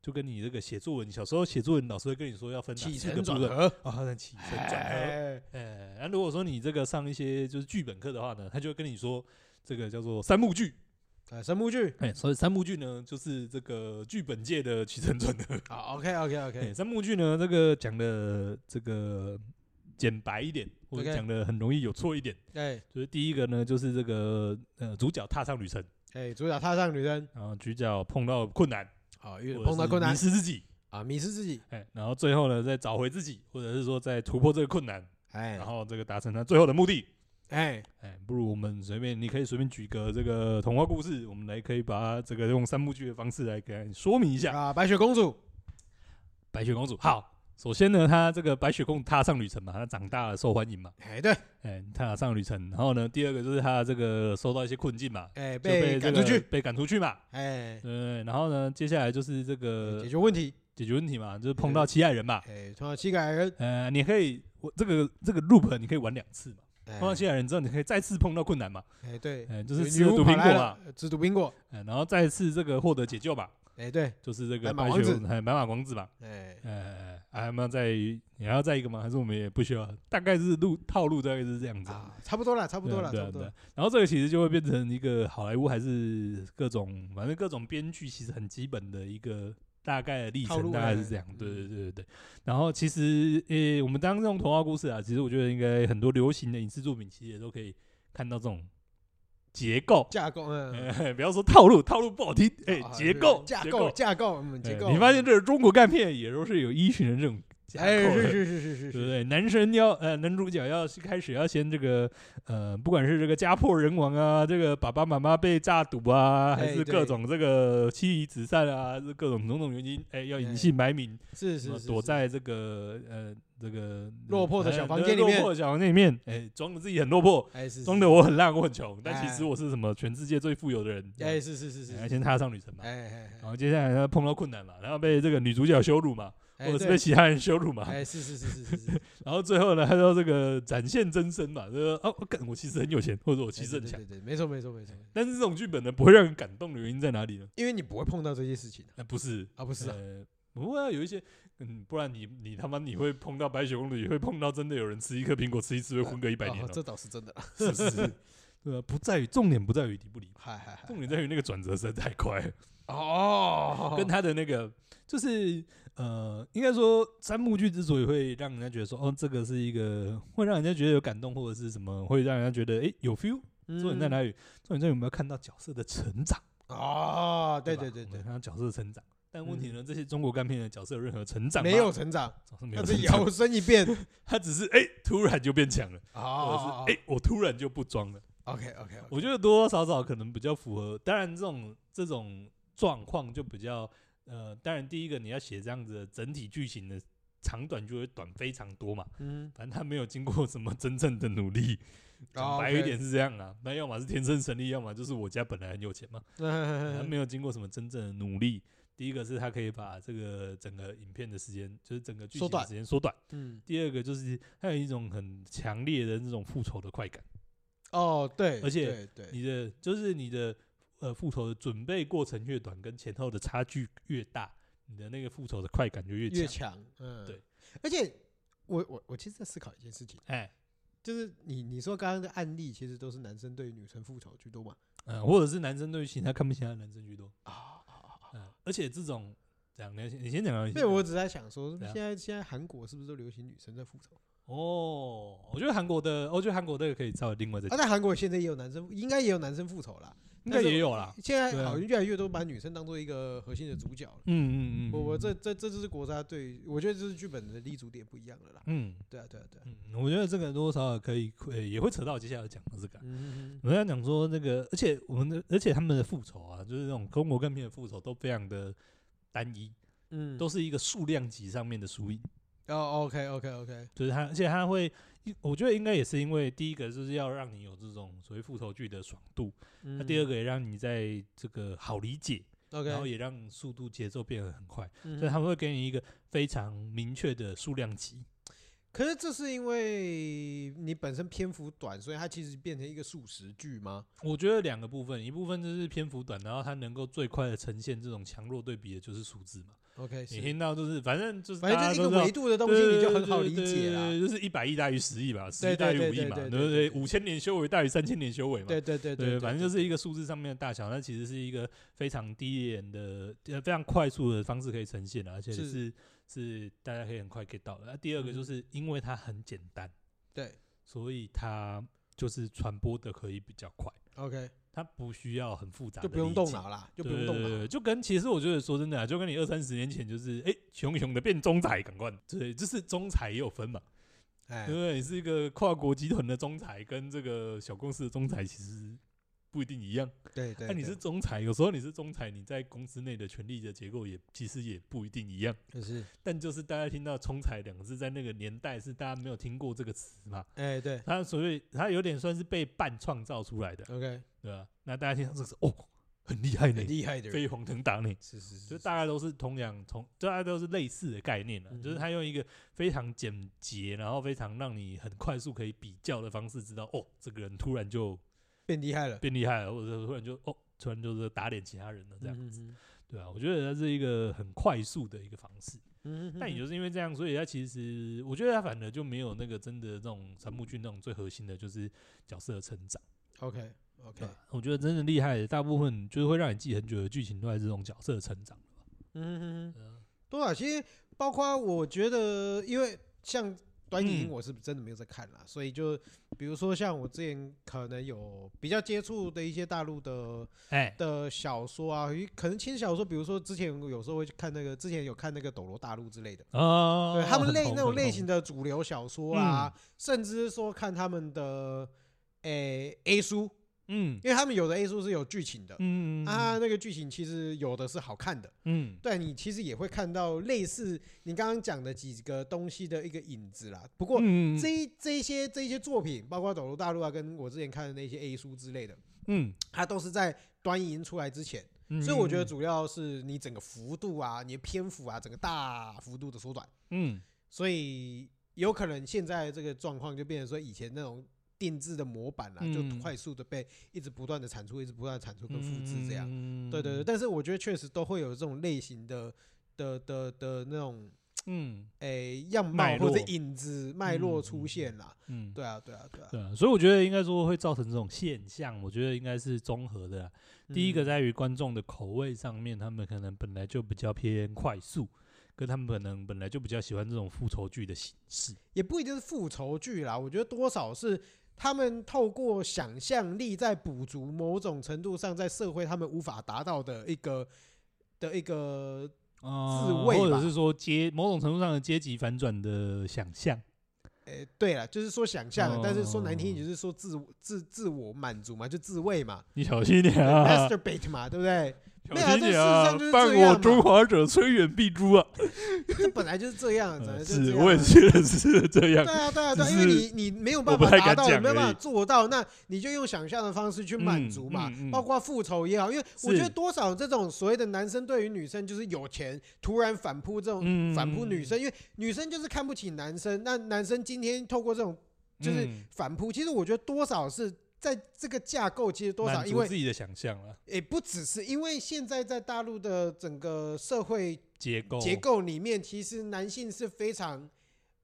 就跟你这个写作文，小时候写作文老师会跟你说要分哪起四个承部转分合，啊，那起承转合。哎，呃，那、如果说你这个上一些就是剧本课的话呢，他就会跟你说这个叫做三幕剧。哎，三幕剧。哎、所以三幕剧呢，就是这个剧本界的起承转合。好，OK OK 哎、 OK，三幕剧呢，这个讲的这个简白一点，或者 OK 讲的很容易有错一点。哎就是第一个呢，就是这个呃主角踏上旅程，哎，主角踏上女人，然后主角碰到困难，好，遇或者碰到是困难迷失自己，啊，迷失自己，哎、然后最后呢再找回自己，或者是说再突破这个困难，哎然后这个达成他最后的目的。哎，哎，不如我们随便，你可以随便举个这个童话故事，我们来可以把它这个用三部剧的方式来给它说明一下。啊，白雪公主，白雪公主，好，首先呢，她这个白雪公主踏上旅程嘛，她长大了受欢迎嘛，哎对，哎，踏上旅程，然后呢，第二个就是她这个受到一些困境嘛，哎就被被这赶个出去，被赶出去嘛，哎，对，然后呢，接下来就是这个解决问题，解决问题嘛，就是碰到七爱人嘛，哎，碰到七个矮人，呃，你可以我这个这个 loop 你可以玩两次嘛，哎碰到七爱人之后，你可以再次碰到困难嘛，哎对，哎，就是女吃巫毒跑苹来果了嘛，，吃毒苹果，哎，然后再次这个获得解救嘛。哎对，就是这个白马白雪王公哎白马王子嘛，哎呃，还有没有再你还要再一个吗？还是我们也不需要？大概是路套路大概是这样子，啊，差不多了，差差不多了，差不多对了啊，然后这个其实就会变成一个好莱坞还是各种反正各种编剧其实很基本的一个大概的历套路程，大概哎是这样。对对嗯对对对。然后其实呃、我们当这种童话故事啊，其实我觉得应该很多流行的影视作品其实也都可以看到这种结构。架构，嗯， 哎不要说套路，套路不好听，哎、啊结构，架结构，架构，嗯，结哎构，你发现这是中国干片也都是有依循的这种架构哎，的，是是是是是对不是，对？男生要呃，男主角要开始要先这个呃，不管是这个家破人亡啊，这个爸爸妈妈被诈赌啊，还哎是对各种这个妻离子散啊，还是各种种种原因，哎，要隐哎姓埋名，是什么是是躲是在这个呃这个落魄的哎小房对间里面落魄的小房间里面，哎，装的自己很落魄，哎是哎装的，我很烂，我很穷，但其实我是什么全世界最富有的人，是哎是是是是，哎是先哦踏上旅程嘛哎。哎然哎后接下来他碰到困难嘛，然后被这个女主角羞辱嘛，哎，或者是对被其他人羞辱嘛，哎是是是是是是，然后最后呢，他说这个展现真身嘛，这个 哦，干我其实很有钱，或者我 其哎实很对强对，对，对没错没错没错，但是这种剧本呢，不会让人感动的原因在哪里呢？因为你不会碰到这些事情哎、不是，啊，不是啊，呃，不会啊，有一些，嗯，不然你你他妈你会碰到白雪公主，也会碰到真的有人吃一颗苹果吃一次会昏个一百年、哦哦，这倒是真的啦， 是不是？对啊，不在于重点不在于离不离谱，嗨嗨嗨重，点在于那个转折实在太快 了。哦，跟他的那个就是呃，应该说三幕剧之所以会让人家觉得说，哦，这个是一个会让人家觉得有感动，或者是什么，会让人家觉得诶有 feel。重点在哪里？里？重点在有没有看到角色的成长？哦，对吧对对我们对，看到角色的成长。但问题呢，这些中国干片的角色有任何成长吗没有，成长，总是没那有是成长摇。身一 变，他只是诶突然就变强了，哦或，者是诶哎我突然就不装了。 OK OK，我觉得多多少少可能比较符合，当然这种这种状况就比较呃，当然第一个你要写这样子的整体剧情的长短就会短非常多嘛，嗯，反正他没有经过什么真正的努力，哦讲白一点是这样啊，那要么是天生神力，要么就是我家本来很有钱嘛，嗯，他没有经过什么真正的努力，第一个是它可以把这个整个影片的时间，就是整个剧缩情的短时间缩短；嗯，第二个就是它有一种很强烈的那种复仇的快感，哦，对，而且对对，你的就是你的呃复仇的准备过程越短，跟前后的差距越大，你的那个复仇的快感就越越强。强，嗯，对，而且我我我其实在思考一件事情，哎，就是你你说刚刚的案例其实都是男生对女生复仇居多嘛，嗯，或者是男生对其他看不起他的男生居多。啊、嗯，而且这种这样，你先你先讲到啊你先对，我讲只是在想说，怎样现在现在韩国是不是都流行女生在复仇？哦，我觉得韩国的，我觉得韩国这个可以稍微另外再啊，讲，在韩国现在也有男生，应该也有男生复仇啦。应该但是也有啦。现在对啊好像越来越多把女生当做一个核心的主角了。嗯嗯嗯，我我嗯这这这就是国家对，我觉得这是剧本的立足点不一样了啦。嗯对啊，对啊，对啊。嗯，我觉得这个多多少少可以呃也会扯到我接下来讲的这个啊。嗯，我在讲说那个，而且我们的，而且他们的复仇啊，就是那种中国跟片的复仇都非常的单一，嗯都是一个数量级上面的输赢。哦，OK，OK，OK，就是他，而且他会，我觉得应该也是因为第一个就是要让你有这种所谓复仇剧的爽度，那、那第二个也让你在这个好理解，然后，OK，也让速度节奏变得很快，嗯所以他们会给你一个非常明确的数量级。可是这是因为你本身篇幅短，所以它其实变成一个数十剧吗？我觉得两个部分，一部分就是篇幅短，然后它能够最快的呈现这种强弱对比的就是数字嘛。 OK，你是听到就是反正就是反正就是一个维度度的东西，你就很好理解啦。就是一百亿大于十亿嘛，十对亿大对于对五亿对嘛，对对对不对对？对五千年修为大于三千年修为嘛，对对对对，对，反正就是一个个数字上面的大小，那其实是一个非常低廉的、呃非常快速的方式可以呈现的，而且是是是大家可以很快 get 到的。那、第二个嗯就是因为它很简单，对所以它就是传播的可以比较快， OK，它不需要很复杂的就理解，不用动脑啦，就对，不用动对对脑对。就跟其实我觉得说真的、啊，就跟你二三十年前就是哎、熊熊的变中彩，赶快对，就是中彩也有分嘛，哎对，不对？你是一个跨国集团的中彩，跟这个小公司的中彩其实不一定一样。对对，那、你对是中裁，有时候你是中裁，你在公司内的权力的结构也其实也不一定一样。就是但就是大家听到“中裁”两个字，在那个年代是大家没有听过这个词嘛，哎对它所以它有点算是被半创造出来的， ，OK，对吧、那大家听到这个是哦，很厉害呢很，厉害的人，飞黄腾达呢，是是，就是大概都是同样同，大家都是类似的概念了、啊嗯哼就是它用一个非常简洁，然后非常让你很快速可以比较的方式，知道哦，这个人突然就变厉害了，变厉害了，或者突然就哦，突然就是打脸其他人了这样。嗯嗯对啊，我觉得它是一个很快速的一个方式。嗯，但也就是是因为这样，所以它其实我觉得它反而就没有那个真的那种三幕剧那种最核心的，就是角色的成长。 OK 对 OK，吧，我觉得真的厉害的大部分就是会让你记很久的剧情都在这种角色的成长。嗯嗯，对啊多少其实包括我觉得，因为像短影音嗯我是真的没有在看啦，所以就比如说像我之前可能有比较接触的一些大陆的哎，的小说啊，可能轻小说，比如说之前有时候会去看那个，之前有看那个《斗罗大陆》之类的。哦，对他们类很红那种类，型很的主流小说啊，甚至说看他们的诶、A 书，红嗯因为他们有的 A 书是有剧情的，嗯啊，，那个剧情其实有的是好看的，嗯对你其实也会看到类似你刚刚讲的几个东西的一个影子啦。不过嗯这一这一些这一些作品，包括《斗罗大陆》啊，跟我之前看的那些 A 书之类的，嗯，它都是在端银出来之前，嗯所以我觉得主要是你整个幅度啊，你的篇幅啊，整个大幅度的缩短。嗯所以有可能现在这个状况就变成说，以前那种定制的模板啊，就嗯快速的被一直不断的产出，一直不断的产出跟嗯复制这样。样对对对，，但是我觉得确实都会有这种类型的的的的那种嗯诶、样貌脉或络者影子脉络嗯出现啦。嗯。对啊，对啊，对啊。对啊，所以我觉得应该说会造成这种现象，我觉得应该是综合的啦。啊第一嗯个在于观众的口味上面，他们可能本来就比较偏快速，跟他们可能本来就比较喜欢这种复仇剧的形式。也不一定是复仇剧啦，我觉得多少是。他们透过想象力在补足某种程度上在社会他们无法达到的一个的一个呃味或吧者是说阶某种程度上的阶级反转的想象，诶、对了，就是说想象，但是说难听一哦点，就是说自我自自我满足嘛，就自慰嘛、你小心一点 m a 啊 s！t u r b a t e 嘛，对不对？小没有啊心这点事实啊上就！是犯这我样中嘛华者，虽远必诛啊！这本来就是这 样，本来呃就是是，这样我也啊觉得是这样对。啊，对啊，对啊，只因为是你你没有我办不法太达敢到，你讲没有办而法已做到，那你就用想象的方式去满嗯足嘛，嗯嗯包括复仇也好，因为我觉得是多少这种所谓的男生对于女生就是有钱突然反扑这种、嗯反扑女生，因为女生就是看不起男生，那男生今天透过这种就是嗯反扑，其实我觉得多少是。在这个架构，其实多满少，足因为自己的想象了，也不只是因为现在在大陆的整个社会结构结构里面，其实男性是非常，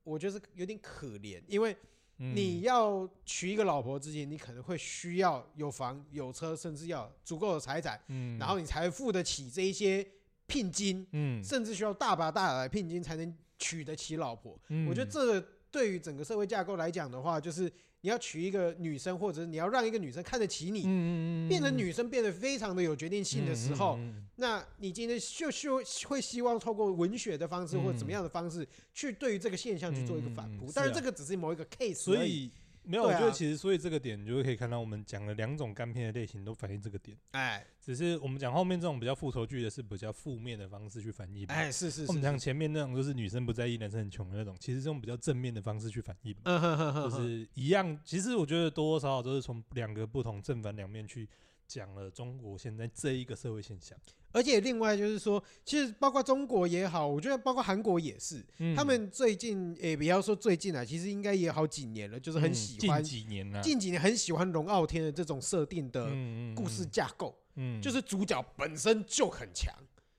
我觉得是有点可怜，因为嗯你要娶一个老婆之前，你可能会需要有房有车，甚至要足够的财产，嗯然后你才会付得起这一些聘金，嗯，甚至需要大把大把的聘金才能娶得起老婆。我觉得嗯这对于整个社会架构来讲的话，就是你要娶一个女生，或者是你要让一个女生看得起你，嗯变成女生变得非常的有决定性的时候，，那你今天就就会希望透过文学的方式或者怎么样的方式，去对于这个现象去做一个反嗯嗯扑嗯。但是是啊这个只是某一个 case，所而以没有，我对觉得啊其实所以这个点你就可以看到，我们讲了两种干片的类型都反映这个点，哎只是我们讲后面这种比较复仇剧的是比较负面的方式去反映嘛，哎是是我们是，讲前面那种就是女生不在意，男生很穷的那种，其实这种比较正面的方式去反映嘛，嗯哼哼就哼哼，是一样。其实我觉得多多少少都是从两个不同正反两面去讲了中国现在这一个社会现象。而且另外就是说，其实包括中国也好，我觉得包括韩国也是，嗯他们最近也不要说最近啊，其实应该也好几年了，就是很嗯喜欢近几年啦，啊近几年很喜欢龙傲天的这种设定的嗯嗯故事，架构，嗯，嗯就是主角本身就很强，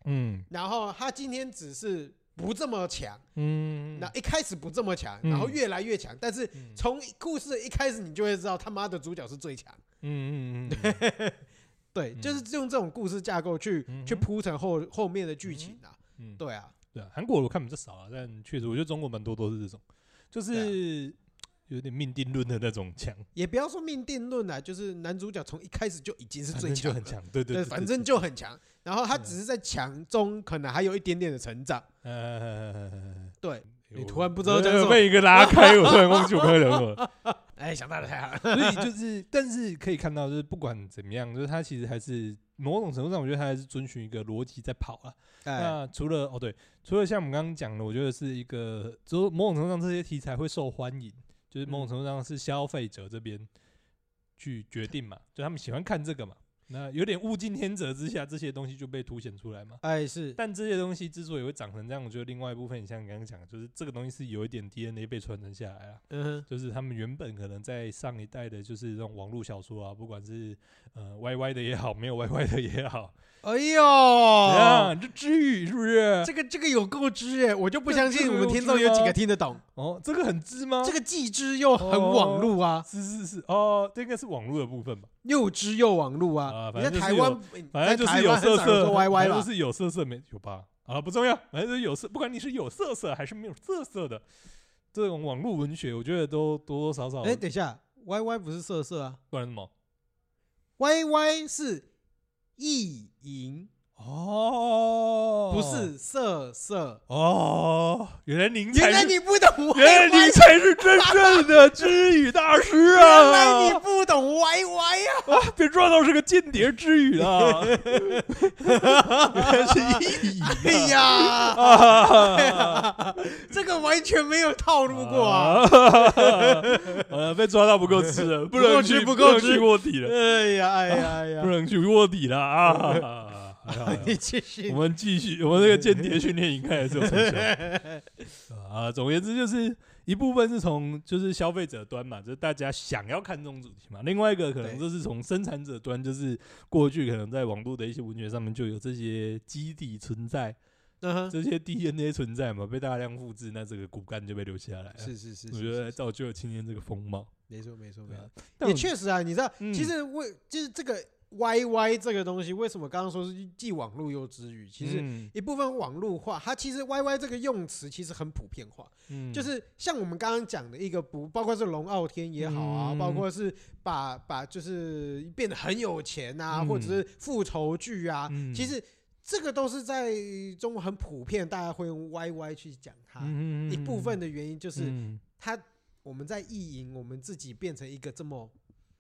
嗯然后他今天只是不这么强。嗯，那一开始不这么强，然后嗯越来越强，但是嗯从故事的一开始，你就会知道他妈的主角是最强。嗯嗯嗯嗯对，嗯就是用这种故事架构去、嗯哼去铺成后后面的剧情啊。嗯，对啊，对啊，韩国我看比较少啊，但确实我觉得中国蛮多都是这种，啊就是有点命定论的那种强，也不要说命定论啊，就是男主角从一开始就已经是反最正就强了，很强，对对，反正就很强。然后他对啊只是在强中可能还有一点点的成长。呃，对，你我突然不知道讲什么被一个拉开，我突然忘记我刚才讲什么了。哎，想到了太好 了。所以就是，但是可以看到，就是不管怎么样，就是他其实还是某种程度上，我觉得他还是遵循一个逻辑在跑啊。哎，那除了哦对，除了像我们刚刚讲的，我觉得是一个，就是某种程度上这些题材会受欢迎，就是某种程度上是消费者这边去决定嘛，就他们喜欢看这个嘛。那有点物竞天择之下，这些东西就被凸显出来嘛。哎是，但这些东西之所以会长成这样，我觉得另外一部分，你像你刚刚讲的，就是这个东西是有一点 DNA 被传承下来啊。嗯哼，就是他们原本可能在上一代的，就是这种网络小说啊，不管是呃 YY 的也好，没有 YY 的也好，哎怎呦，样？这知语是不是？这个这个有够知哎，我就不这相啊这信个我们有听知众有几吗个听得懂。哦，这个很知吗？这个既知又很网路啊，是是是哦，这应该是网络的部分吧。又知又网路啊啊。你反在正就是台湾，反正就在是台有湾色很少人色说 YY 反正吧就。是有色色没有吧？啊，不重要，反正就是有色，不管你是有色色还是没有色色的，这种网络文学，我觉得都多多少少，哎，等一下，YY 不是色色啊不然什么？ ，YY 是意淫，哦，不是色色。哦，原来您才原来是你不懂 YY， 原来你才是真正的知语大师啊！ 原来 你不懂 YY 啊！啊，被抓到是个间谍之语啊！原来是意义哎呀， 啊！ 这个完全没有套路过啊！！呃，被抓到不够吃了，不不能够去吃不能够去吃卧底了，哎呀，哎呀，哎啊不呀！能去卧底了啊！ 还好还好 你继续我。们继续，我们这个间谍训练营看来是有成 效的啊。总而言之，就是一部分是从就是消费者端嘛，就是大家想要看重主题嘛；，另外一个可能对就是从生产者端，就是过去可能在网络的一些文学上面就有这些基底存在，嗯哼这些 DNA 存在嘛，被大量复制，那这个骨干就被留下来了。是是是，是我觉得是造就了今天这个风貌。没错没错没对错啊。但也我确实啊，你知道，嗯其实为就是这个 YY 这个东西，为什么刚刚说是既网络又之语？其实嗯一部分网络化，它其实 YY 这个用词其实很普遍化，嗯就是像我们刚刚讲的一个不，包括是龙傲天也好啊，嗯包括是把把就是变得很有钱啊，嗯或者是复仇剧啊，嗯其实这个都是在中国很普遍，大家会用 YY 去讲它。嗯啊一部分的原因就是嗯它，我们在意淫我们自己变成一个这么。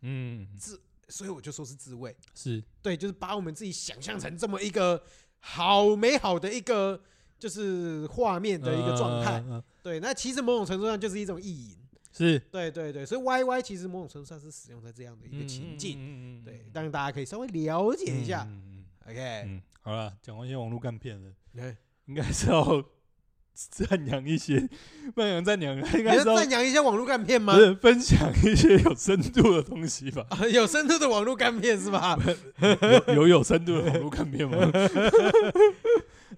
嗯自所以我就说是自卫。是对，就是把我们自己想象成这么一个好美好的一个就是画面的一个状态。嗯嗯嗯嗯对，那其实某种程度上就是一种意淫。是对对对，所以 Y Y 其实某种程度上是使用在这样的一个情境。境对，当然大家可以稍微了解一下。哎嗯， OK，嗯好了，讲完一些网络干片了，哎应该是要 赞扬一些， 不能讲赞扬，应你该要是要赞扬一下网络干片吗不？是分享一些有深度的东西 吧？啊 有深度的网络干片是 啊吧？有有有深度的网络干 片吗？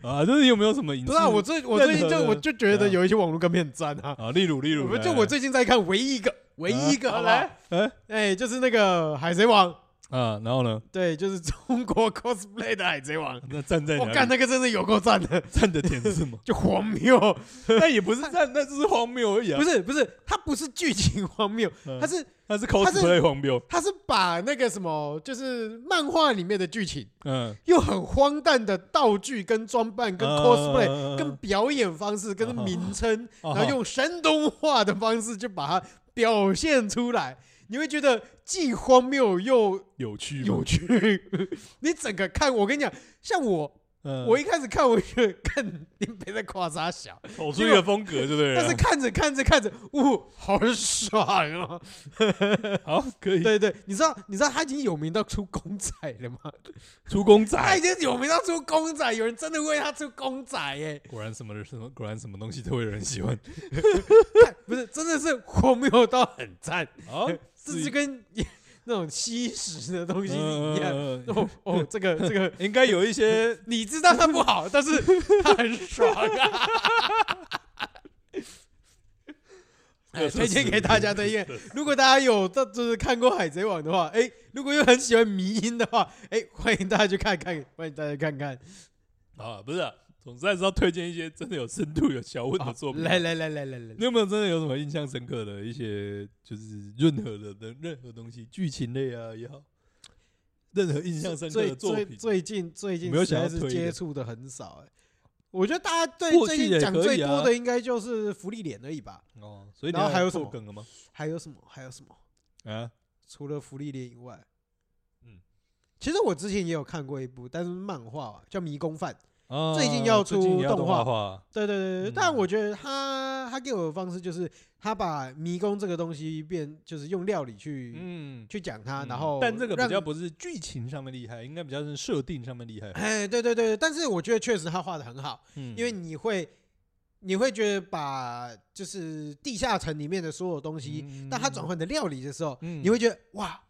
啊，就是有没有什么影视？不是啊，我最我最近就任何我的就觉得对啊有一些网络干片很赞啊。啊，例如例如，我们来就来我最近在看唯一一个，唯一一个，啊好不好来，哎哎，就是那个《海贼王》，啊，然后呢？对，就是中国 cosplay 的《海贼王》。那站在我哪干，里？那个真的有够赞的，站的点是 什么？就荒谬。但也不是站，那只是荒谬而已啊。不是不是，它不是剧情荒谬，嗯，它是它是它是 cosplay 荒谬。它是把那个什么，就是漫画里面的剧情，嗯，又很荒诞的道具跟装扮跟 cosplay。嗯跟表演方式、跟啊哈名称，啊哈然后用山东话的方式就把它表现出来，你会觉得既荒谬又有趣吗有，趣。 你整个看，我跟你讲，像我，嗯我一开始看，我觉得看你别在夸啥小，跑出一个风格，对不对啊了？ 但是看着看着看着，呜，好爽哦！好可以对对，你知道你知道他已经有名到出公仔了吗？出公他已仔，经有名到出公仔，有人真的为他出公仔 耶！果然什么人什么果然什么东西都会有人喜欢。看不是，真的是荒谬到很赞， 好，嗯这是个跟那种吸食的东东西是一样。样哦哦，这个这个，呃应该有一些你知道它不好，但是它很爽啊！ 哎推荐给大家推荐。 如果大家有到就是看过《海贼王》的话，哎，如果又很喜欢迷音的话， 哎，欢迎大家去看看，欢迎大家看看。啊，不是啊，总之还是要推荐一些真的有深度、有小问的作品。来来来来来来，你有没有真的有什么印象深刻的一些，就是任何的的任何东西，剧情类啊也好，任何印象深刻最的作最品？最近最近没有实在想要是推接的触的很少哎、我觉得大家对过最去近也讲可最以啊多的应该就是福利脸而已吧？哦，所以你然后还有什破么梗了吗？还有什么？还有什么？啊，除了福利脸以外，嗯嗯，其实我之前也有看过一部，但是漫画啊、叫《迷宫饭》。啊最近要最近出也要动动画化，对对对对，嗯但我觉得他他给我的方式就是他把迷宫这个东西变，就是用料理去、嗯，去讲它，嗯啊然后但这个比较让不是剧情上面厉害，应该比较是设定上面厉害。哎，对对对，但是我觉得确实他画的很好。嗯，因为你会你会觉得把就是地下城里面的所有东西，嗯当它转，换成料理的时候，嗯你会觉得哇，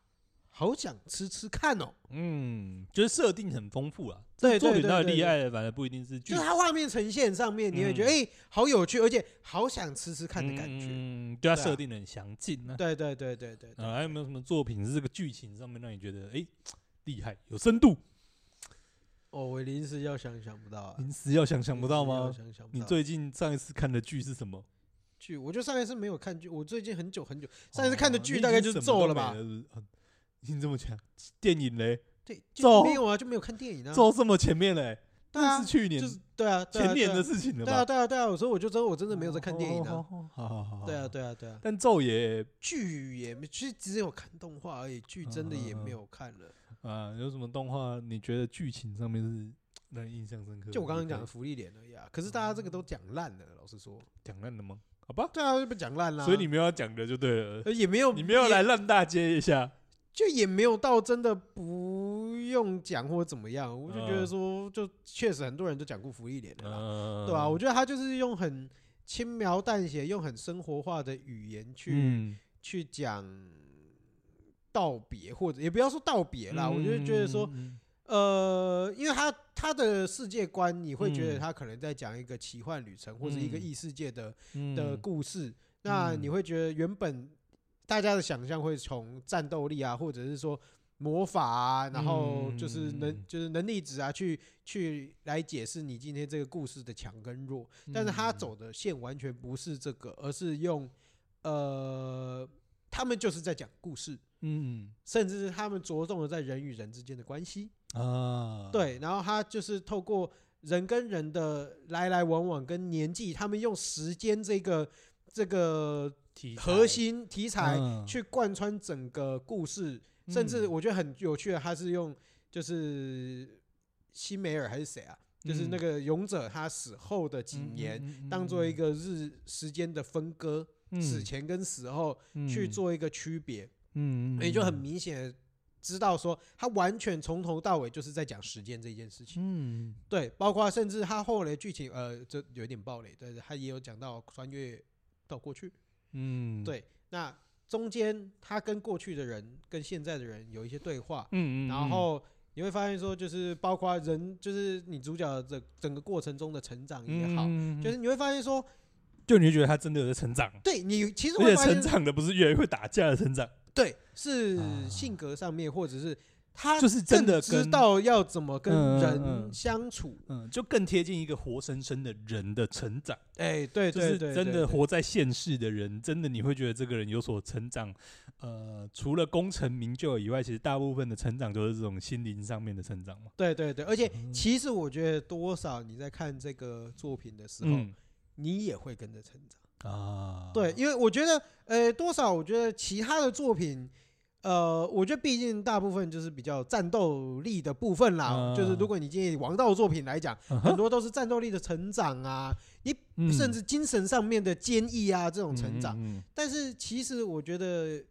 好想吃吃看哦。嗯，就是设定很丰富啊。对作对品到对底对，厉对害的，反而不一定是剧就是它画面呈现上面，你会觉得哎、嗯诶好有趣，而且好想吃吃看的感觉。嗯，对它对啊设定的很详尽啊。对对对对对对啊，还有没有什么作品是这个剧情上面让你觉得哎厉害有深度？哦，我临时要想想不到、啊，临时要想想不到临吗时？要想想不你到最近上一次看的剧是什么？剧，我就上一次没有看剧，我最近很久很久，上一次看的哦剧你已大概经就是什么咒了都没吧？是不是啊已经这么强，电影嘞，对，就咒没有啊，就没有看电影啊。咒这么前面嘞，对啊那是，去年就是对啊，对啊前年对啊的事情了对啊，吧？对啊，对啊，我说我就真我真的没有在看电影哦啊。。哦哦好好好，好对啊，。对啊，对啊，但咒也剧也没，其实只有看动画而已，剧真的也没嗯有看了。啊，有什么动画你觉得剧情上面是让你印象深刻的？就我刚刚讲的你可福利脸而已啊，可是大家这个都讲烂了，老实说。以讲烂了吗？好吧，对啊，就被讲烂了。所以你没有要讲的就对了，呃也没有，你没有也来，让大街一下。就也没有到真的不用讲或怎么样。我就觉得嗯说，就确实很多人都讲过福利脸的啦，嗯，对吧？啊我觉得他就是用很轻描淡写、用很生活化的语言去嗯去讲道别，或者也不要说道别啦，我就觉得说，，嗯呃，因为他他的世界观，你会觉得嗯他可能在讲一个奇幻旅程或者一个嗯异世界的、嗯的嗯故事，那你嗯会觉得原本大家的想象会从战斗力啊，或者是说魔法啊，然后就是能、嗯就是能力值啊，去去来解释你今天这个故事的强跟弱，但是他嗯走的线完全不是这个，而是用呃，他们就是在讲故事。嗯甚至是他们着重的在人与人之间的关系，啊，，对，然后他就是透过人跟人的来来往往跟年纪，他们用时间这个这个核心题材嗯嗯去贯穿整个故事，甚至我觉得很有趣的，他是用就是辛梅尔还是谁啊？就是嗯那个勇者他死后的几年，当做一个日时间的分割，嗯死前跟死后去做一个区别，嗯，嗯，你就很明显地知道说他完全从头到尾就是在讲时间这件事情。嗯，对，包括甚至他后来剧情，呃，这有点暴雷，但是他也有讲到穿越到过去。嗯，嗯，对，那中间他跟过去的人跟现在的人有一些对话，嗯，嗯，然后你会发现说，就是包括人，就是你主角的整个过程中的成长也好，嗯就是你会发现说，就你会觉得他真的有在成长，对你其实而会且发现成，长的不是越来越会打架的成长，对，是啊性格上面或者是。他就是真的更知跟道要怎么跟嗯嗯人嗯相处，嗯，就更贴近一个活生生的人的成长，哎，对就对是对，真对对的活在现世的人，真的你会觉得这个人有所成长。呃，除了功成名就以外，其实大部分的成长都是这种心灵上面的成长嘛。对对对，而且嗯其实我觉得多少你在看这个作品的时候，嗯你也会跟着成长。啊，对，，因为我觉得，呃，多少我觉得其他的作品，呃，我觉得毕竟大部分就是比较战斗力的部分啦。嗯 就是如果你建议王道作品来讲，嗯哼很多都是战斗力的成长啊，嗯甚至精神上面的坚毅啊这种成长。，嗯嗯嗯但是其实我觉得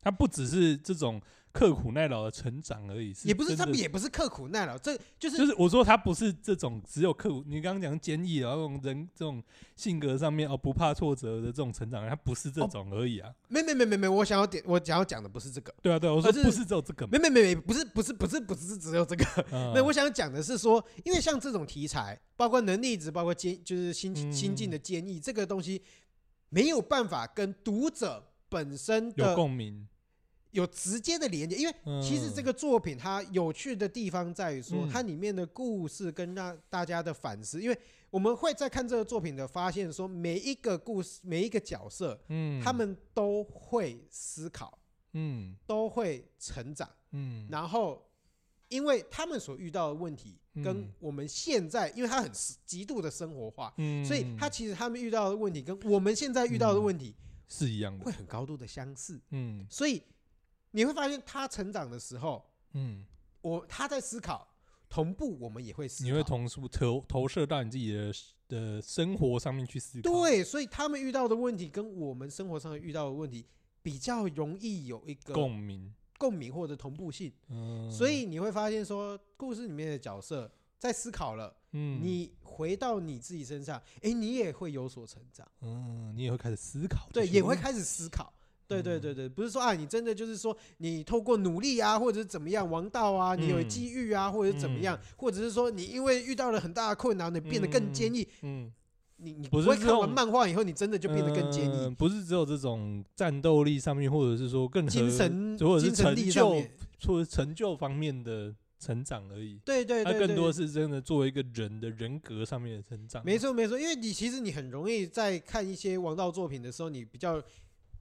他不只是这种刻苦耐劳的成长而已，也不是，真的他们也不是刻苦耐劳，这 就是就是我说他不是这种只有刻苦，你刚刚讲坚毅，然啊后这种人这种性格上面哦不怕挫折的这种成长，他不是这种而已啊。没没没没没，我想要点我想要讲的不是这个。对啊，对啊，我说而是不是只有这个嘛。没没没没，不是不是不是不是只有这个，那那我想讲的是说，因为像这种题材，包括能力值，包括坚，就是新嗯新进的建议，这个东西没有办法跟读者本身有的共鸣。有直接的连接，因为嗯其实这个作品它有趣的地方在于说，嗯它里面的故事跟让大家的反思，因为我们会在看这个作品的发现说，每一个故事，每一个角色，嗯，他们都会思考，嗯都会成长。嗯然后，因为他们所遇到的问题跟嗯我们现在，因为它很实极度的生活化，嗯所以他其实他们遇到的问题跟我们现在遇到的问题是一样的会。很高度的相似，嗯所以你会发现他成长的时候，嗯，我他在思考，同步我们也会思考，你会同时投投射到你自己的的生活上面去思考。对，所以他们遇到的问题跟我们生活上遇到的问题比较容易有一个共鸣。共鸣或者同步性，嗯，所以你会发现说，故事里面的角色在思考了。嗯你回到你自己身上，诶，你也会有所成长，嗯，你也会开始思考这对，些问题。也会开始思考。对对嗯对对，不是说啊，你真的就是说，你透过努力啊，或者是怎么样，王道啊，你有嗯机遇啊，或者是怎么样，或者是说你因为遇到了很大的困难，你变得更坚毅。嗯。你你不是会这看种完漫画以后，你真的就变得更坚呃毅，不是只有这种战斗力上面，或者是说更合精，神嗯或者是精神力上成就面，或者成就方面的成长而已。对对它对，更对多是真的作为一个人的人格上面的成长。没错没错，因为你其实你很容易在看一些王道作品的时候，你比较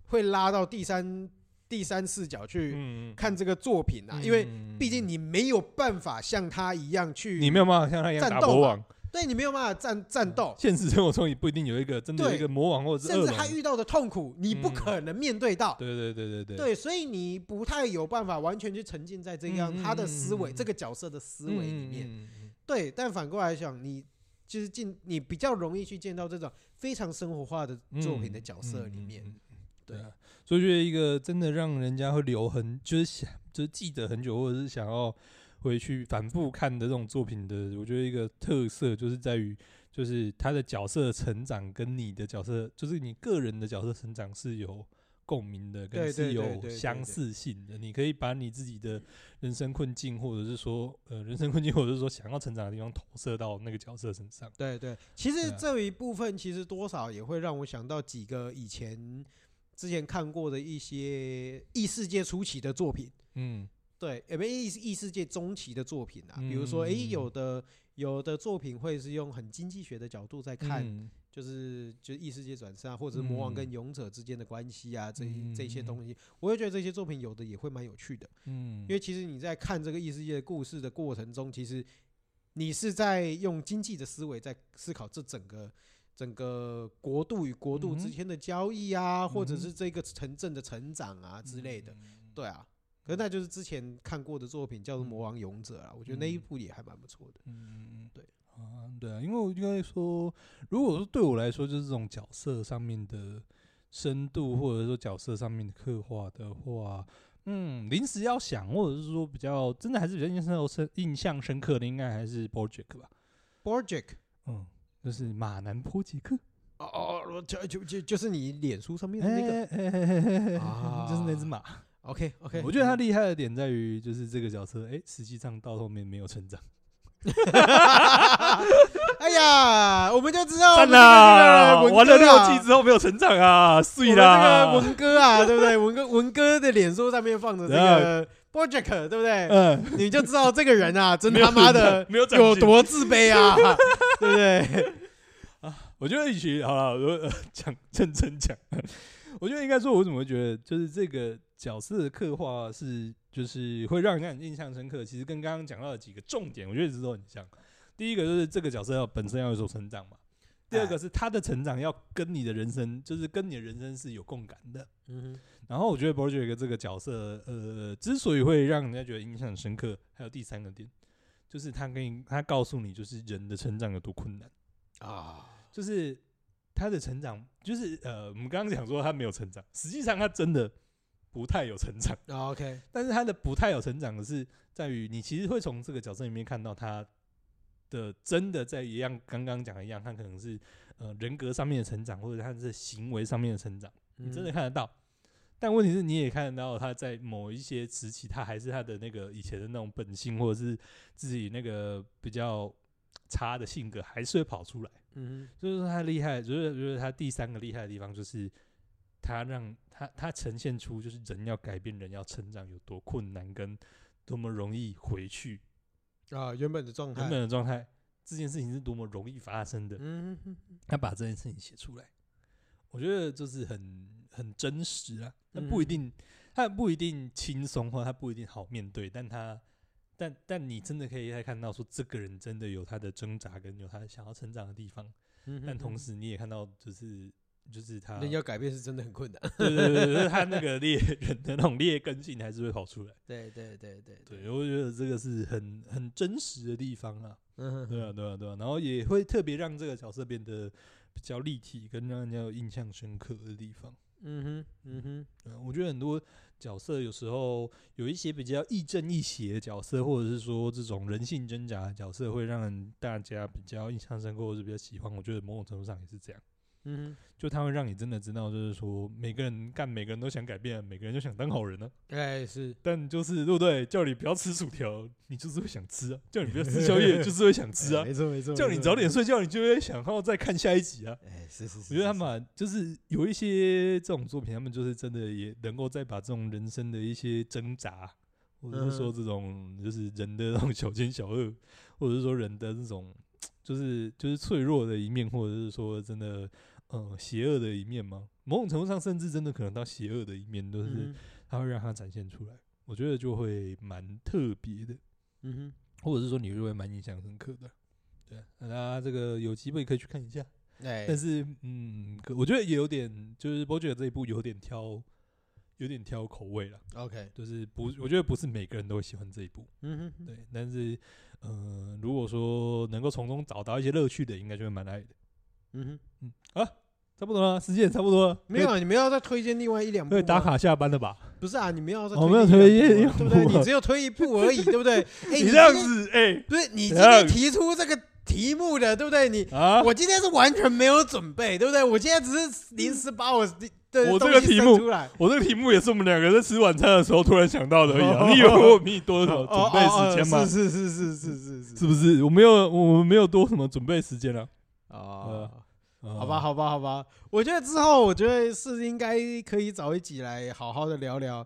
会拉到第三第三视角去嗯，嗯，看这个作品啊，嗯因为毕竟你没有办法像他一样去，你没有办法像他一样战打斗魔嘛王，对你没有办法战战斗，现实生活中也不一定有一个真的有对一个魔王或者是甚恶至他龙。遇到的痛苦，你不嗯可能面对到。对对对对对，对，所以你不太有办法完全去沉浸在这样嗯嗯他的思维、嗯嗯这个角色的思维里面。嗯，嗯嗯对，但反过来想，你就是进你比较容易去见到这种非常生活化的嗯作品的角色里面。嗯嗯嗯嗯对啊，所以觉得一个真的让人家会留很，就是想就是记得很久，或者是想要回去反复看的这种作品的，我觉得一个特色就是在于，就是他的角色成长跟你的角色，就是你个人的角色成长是有。共鸣的，对跟是对对对有对对相似性的。你可以把你自己的人生困境，或者是说，呃，人生困境，或者是说想要成长的地方，投射到那个角色身上。对对，其实对啊这一部分其实多少也会让我想到几个以前之前看过的一些异世界初期的作品，嗯对，也没异异世界中期的作品啊，比如说，嗯嗯诶，嗯有的有的作品会是用很经济学的角度在看，嗯就是就是异世界转生啊，或者是魔王跟勇者之间的关系啊，这嗯嗯一嗯这些东西，我会觉得这些作品有的也会蛮有趣的，嗯因为其实你在看这个异世界的故事的过程中，其实你是在用经济的思维在思考这整个整个国度与国度嗯之哼间的交易啊，或者嗯哼是这个城镇的成长啊之类的。嗯对啊，可是那就是之前看过的作品，叫做《魔王勇者》啊，我觉得那一嗯部也还蛮不错的。嗯，对啊，对啊，因为我应该说，如果说对我来说，就是这种角色上面的深度，或者说角色上面的刻画的话，嗯，临时要想，或者是说比较真的还是比较印象深印象深刻的，应该还是 Bojack 吧， Borjek，嗯，就是马南波杰克，哦哦，就就就就是你脸书上面的那个。哎哎哎哎哎啊 就是那只马。 OK OK，我觉得他厉害的点在于，就是这个角色，哎，实际上到后面没有成长。哎呀，我们就知道我赞们这个啦！文哥啊玩了六季之后没有成长啊，我们碎啦！这个文哥 啊，对不对？文哥文哥的脸书上面放着这个 Bojack，对不对？嗯，你就知道这个人 啊，真他妈的没有长进有多自卑 啊，对不对？我觉得与其好了，我呃 讲认真讲， 我觉得应该说，我怎么会觉得就是这个角色的刻画是，就是会让人家很印象深刻。其实跟刚刚讲到的几个重点，我觉得其实都很像。第一个就是这个角色要本身要有所成长嘛，第啊二个是他的成长要跟你的人生，就是跟你的人生是有共感的。嗯然后我觉得 Borjek 这个角色，呃，之所以会让人家觉得印象很深刻，还有第三个点，就是他跟你他告诉你，就是人的成长有多困难，哼啊，就是他的成长，就是呃，我们刚刚讲说他没有成长，实际上他真的不太有成长，啊 OK，但是他的不太有成长的是在于，你其实会从这个角色里面看到他的真的在一样刚刚讲的一样，他可能是呃人格上面的成长，或者他是行为上面的成长。嗯你真的看得到。但问题是，你也看得到他在某一些时期，他还是他的那个以前的那种本性，或者是自己那个比较差的性格，还是会跑出来。嗯所以说他厉害，就是就是他第三个厉害的地方，就是他让他他呈现出就是人要改变，人要成长有多困难，跟多么容易回去哼啊，原本的状态，原本的状态，这件事情是多么容易发生的。嗯哼哼他把这件事情写出来，我觉得就是很很真实啊。那不一嗯定，他不一定轻松，或他不一定好面对，但他但但你真的可以再看到说，这个人真的有他的挣扎，跟有他想要成长的地方。嗯哼但同哼时啊你也看到，就是就是他，人对要改变是真的很 困难。对对对，就是他那个劣人的那种劣根性还是会跑出来。对对对对对，我觉得这个是很很真实的地方啊。嗯哼对啊，对啊，对啊，然后也会特别让这个角色变得比较立体，跟让人家有印象深刻的地方。嗯哼嗯哼嗯，我觉得很多角色有时候有一些比较亦正亦邪的角色，或者是说这种人性挣扎的角色，会让人大家比较印象深刻，或者比较喜欢。我觉得某种程度上也是这样，嗯哼，就他会让你真的知道，就是说每个人干，每个人都想改变，每个人都想当好人呢、啊哎是但就是对不对？叫你不要吃薯条，你就是会想吃啊；叫你不要吃宵夜，就是会想 吃啊。哎没错没错，叫没你错早点，睡觉，你就会想要再看下一集啊。哎是是是，我觉得他是们啊就是有一些这种作品，他们就是真的也能够再把这种人生的一些挣扎，或者是说嗯这种就是人的那种小奸小恶，或者是说人的这种就是就是脆弱的一面，或者是说真的呃邪恶的一面吗？某种程度上，甚至真的可能到邪恶的一面，都是嗯哼他会让它展现出来。我觉得就会蛮特别的。嗯哼。或者是说你就会蛮印象深刻的。对，啊那大家这个有机会可以去看一下。哎，但是，嗯，可我觉得也有点，就是伯爵这一部有点挑，有点挑口味了。 OK，就是不，我觉得不是每个人都会喜欢这一部。嗯哼，对，但是，呃，如果说能够从中找到一些乐趣的，应该就会蛮爱的。嗯哼，嗯，啊，差不多了，时间也差不多了，没有，啊，你们要再推荐另外一两部可以吗打，卡下班了吧？不是啊，你们要再哦没有推推荐一一两部嘛两对不部对？啊你只有推一部而已，对不 对？哎，你这样今天子，哎、不是你今怎天样提出这个题目的，对不对？你啊，我今天是完全没有准备，对不对？我今天只是临时把我的的我这东个西题生目出来，我这个题目也是我们两个在吃晚餐的时候突然想到的而已、啊。你以为我比你多少哦准备哦时间吗？哦是是是是是是是是不是？我没有，我们没有多什么准备时间了、哦。啊。好吧，，好吧，好吧，我觉得之后，我觉得是应该可以找一集来好好的聊聊，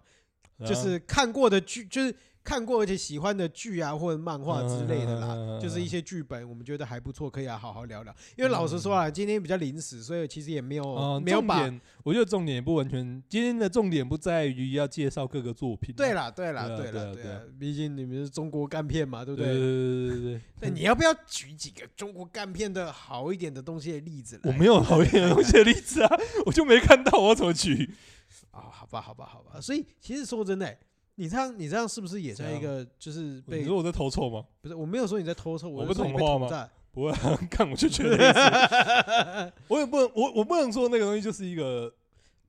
嗯就是看过的剧，就是看过而且喜欢的剧啊，或者嗯漫画之类的啦，啦就是一些剧本，我们觉得还不错，可以来好好聊聊。因为老实说啊，今天比较临时，所以其实也没有嗯，没有重把。点我觉得重点也不完全，今天的重点不在于要介绍各个作品、对了，啦，对啦，对啊对对啦，啊对对啦啊，毕竟你们是中国干片嘛，对对不对对？对 对对那你要不要举几个中国干片的好一点的东西的例子来？我没有好 一点的东西的例子 啊，我就没看到，我要怎么举？啊，好吧，好吧，好吧。所以其实说真的欸、你这样，你这样是不是也在一怎样个就是你被说我在偷臭吗？不是？我没有说你在偷偷，我是不说你同被化统吗战。不会啊， 看我就觉得类似， 我也不能，我我不能说那个东西就是一个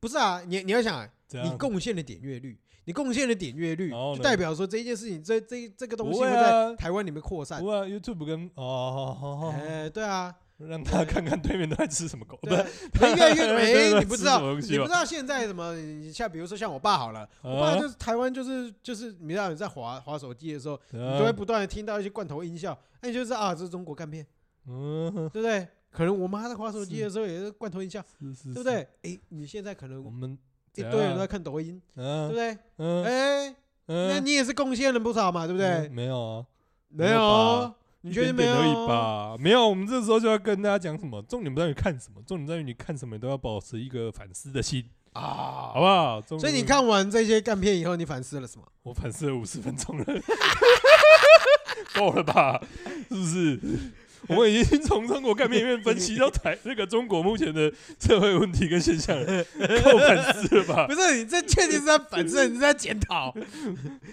不是啊，你你要想、怎你样。贡献的点阅率，你贡献的点阅率，然后就呢代表说这一件事情，这这这个东西不会会啊在台湾里面扩散不。会啊，YouTube 跟哦好好好，哎，对啊，让他看看对面都在吃什么狗，不对是啊，人越来越对没，你不知道， 吃什么东西你吧不知道现在什么，你像比如说像我爸好了，我爸啊就是台湾就是就是，你知道你在滑滑手机的时候，你就会啊不断的听到一些罐头音效，那你就知道啊，这是中国干片，嗯，对不对？可能我妈在滑手机的时候也是罐头音效，是对是，不是？对？哎，你现在可能我们一怎堆人都在样看抖音，对不嗯对？嗯哎，那嗯，你也是贡献了不少嘛，对不对嗯？没有啊，没没有有吧嗯哦，你觉得一没点有点而哦已？吧？没有，我们这时候就要跟大家讲什么？重点不在于看什么，重点在于你看什么，你都要保持一个反思的心，啊，好不好？重所以点你是，看完这些干片以后，你反思了什么？我反思了五十分钟了，够了吧？是不是？我们已经从中国干面里面分析到台那个中国目前的社会问题跟现象了，够反思了吧不？是你这确定是在反 思，你是在检讨，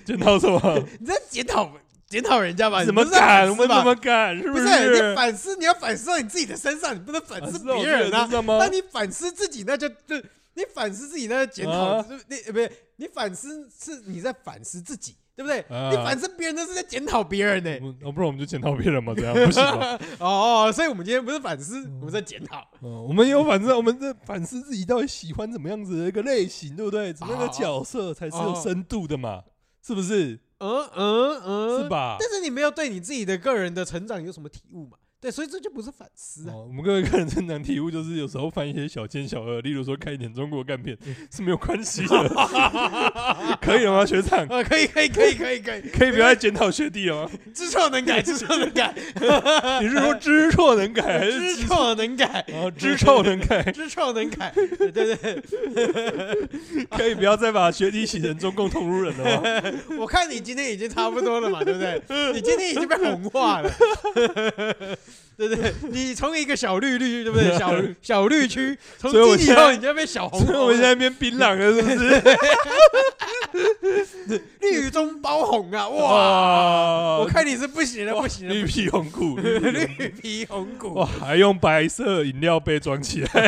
检讨什么？你在检讨检讨人家吧？怎么你不是在反思敢？我们吧怎么敢？是不是你？反思，你要反思到你自己的身上，你不能反反思思我别自己人的啊身。上吗？当你反思自己，那就就你反思自己，那就检讨啊自，那呃不是你反思是你在反思自己，对不对？啊你反思别人，那是在检讨别人呢。我哦，不然我们就检讨别人嘛？怎样？不行吗？哦哦，所以我们今天不是反思，我们在检讨。嗯，我们有反正我们在反思自己到底喜欢怎么样子的一个类型，对不对？怎么样的角色才是有深度的嘛？是不是？嗯嗯嗯，是？吧？哦但是你没有对你自己的个人的成长有什么体悟嘛？对，所以这就不是反思啊。哦，我们各位个人成长体悟就是有时候犯一些小奸小恶，例如说看一点中国干片是没有关系的， 可以了吗，学长？啊，可以可以可以可以可以，可以不要再检讨学 弟了吗？知错能改，知错能改， 你是说知错能改还是知错能改，啊知错能改？ 知错能改，对对对，可以不要再把学弟洗成中共同路人了 吗？我看你今天已经差不多了嘛，对不对？你今天已经被红化了，对不对？你从一个小绿绿，对不 对？小小绿区，从所以我今现以在后你就被小红所以我了，们现在变槟榔了，是不是？绿中包红啊！ 哇，哇我看你是不行了，不行了，绿皮红裤，绿皮红裤绿皮红哇，骨还用白色饮料杯装起来，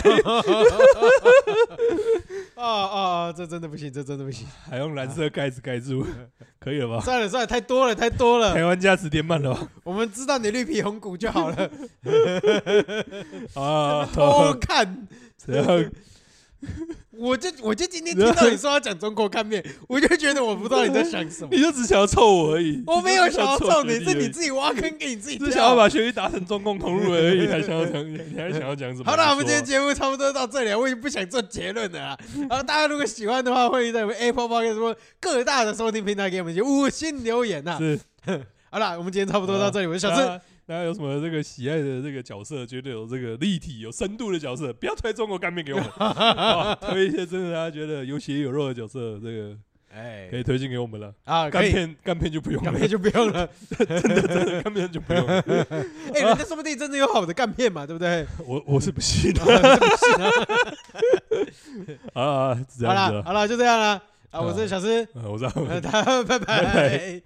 啊啊！这真的不行，这真的不行，还用蓝色盖子盖住， 可以了吧？算了算了，太多了，太多 了。台湾价值点满 了吧？我们知道你绿皮红骨就好 了，啊，偷看。只要我就我就今天听到你说要讲中国干面，我就觉得我不知道你在想什么 你。就只想要臭我而已，我没有你就只想要揍学你，弟是而已你自己挖坑给你自己只跳。是想要把学弟打成中共同路人而已，还 想要讲，你还想要讲什么？好了，我们你今说天节目差不多到这里，啊我已经不想做结论了 啊。然后大家如果喜欢的话，欢迎在我们 Apple Podcast 或各大的收听平台给我们一些五星留言呐、是啊好了，我们今天差不多到这里，我是小大智。家大家有什么这个喜爱的这个角色，觉得有这个立体、有深度的角色，不要推中国干面给我 们，好推一些真的大家觉得有血有肉的角色，这个哎可，以推荐给我们了。啊，可干以。片干片就不用了干，片就不用 了，真的干片就不用了。哎，人家说不定真的有好的干片嘛，对不对？ 我 我是不信的啊啊是不是啊啊，是这好样了，子了。好了，就这样了。啊，我是小诗，嗯我知道，呃大家拜拜拜。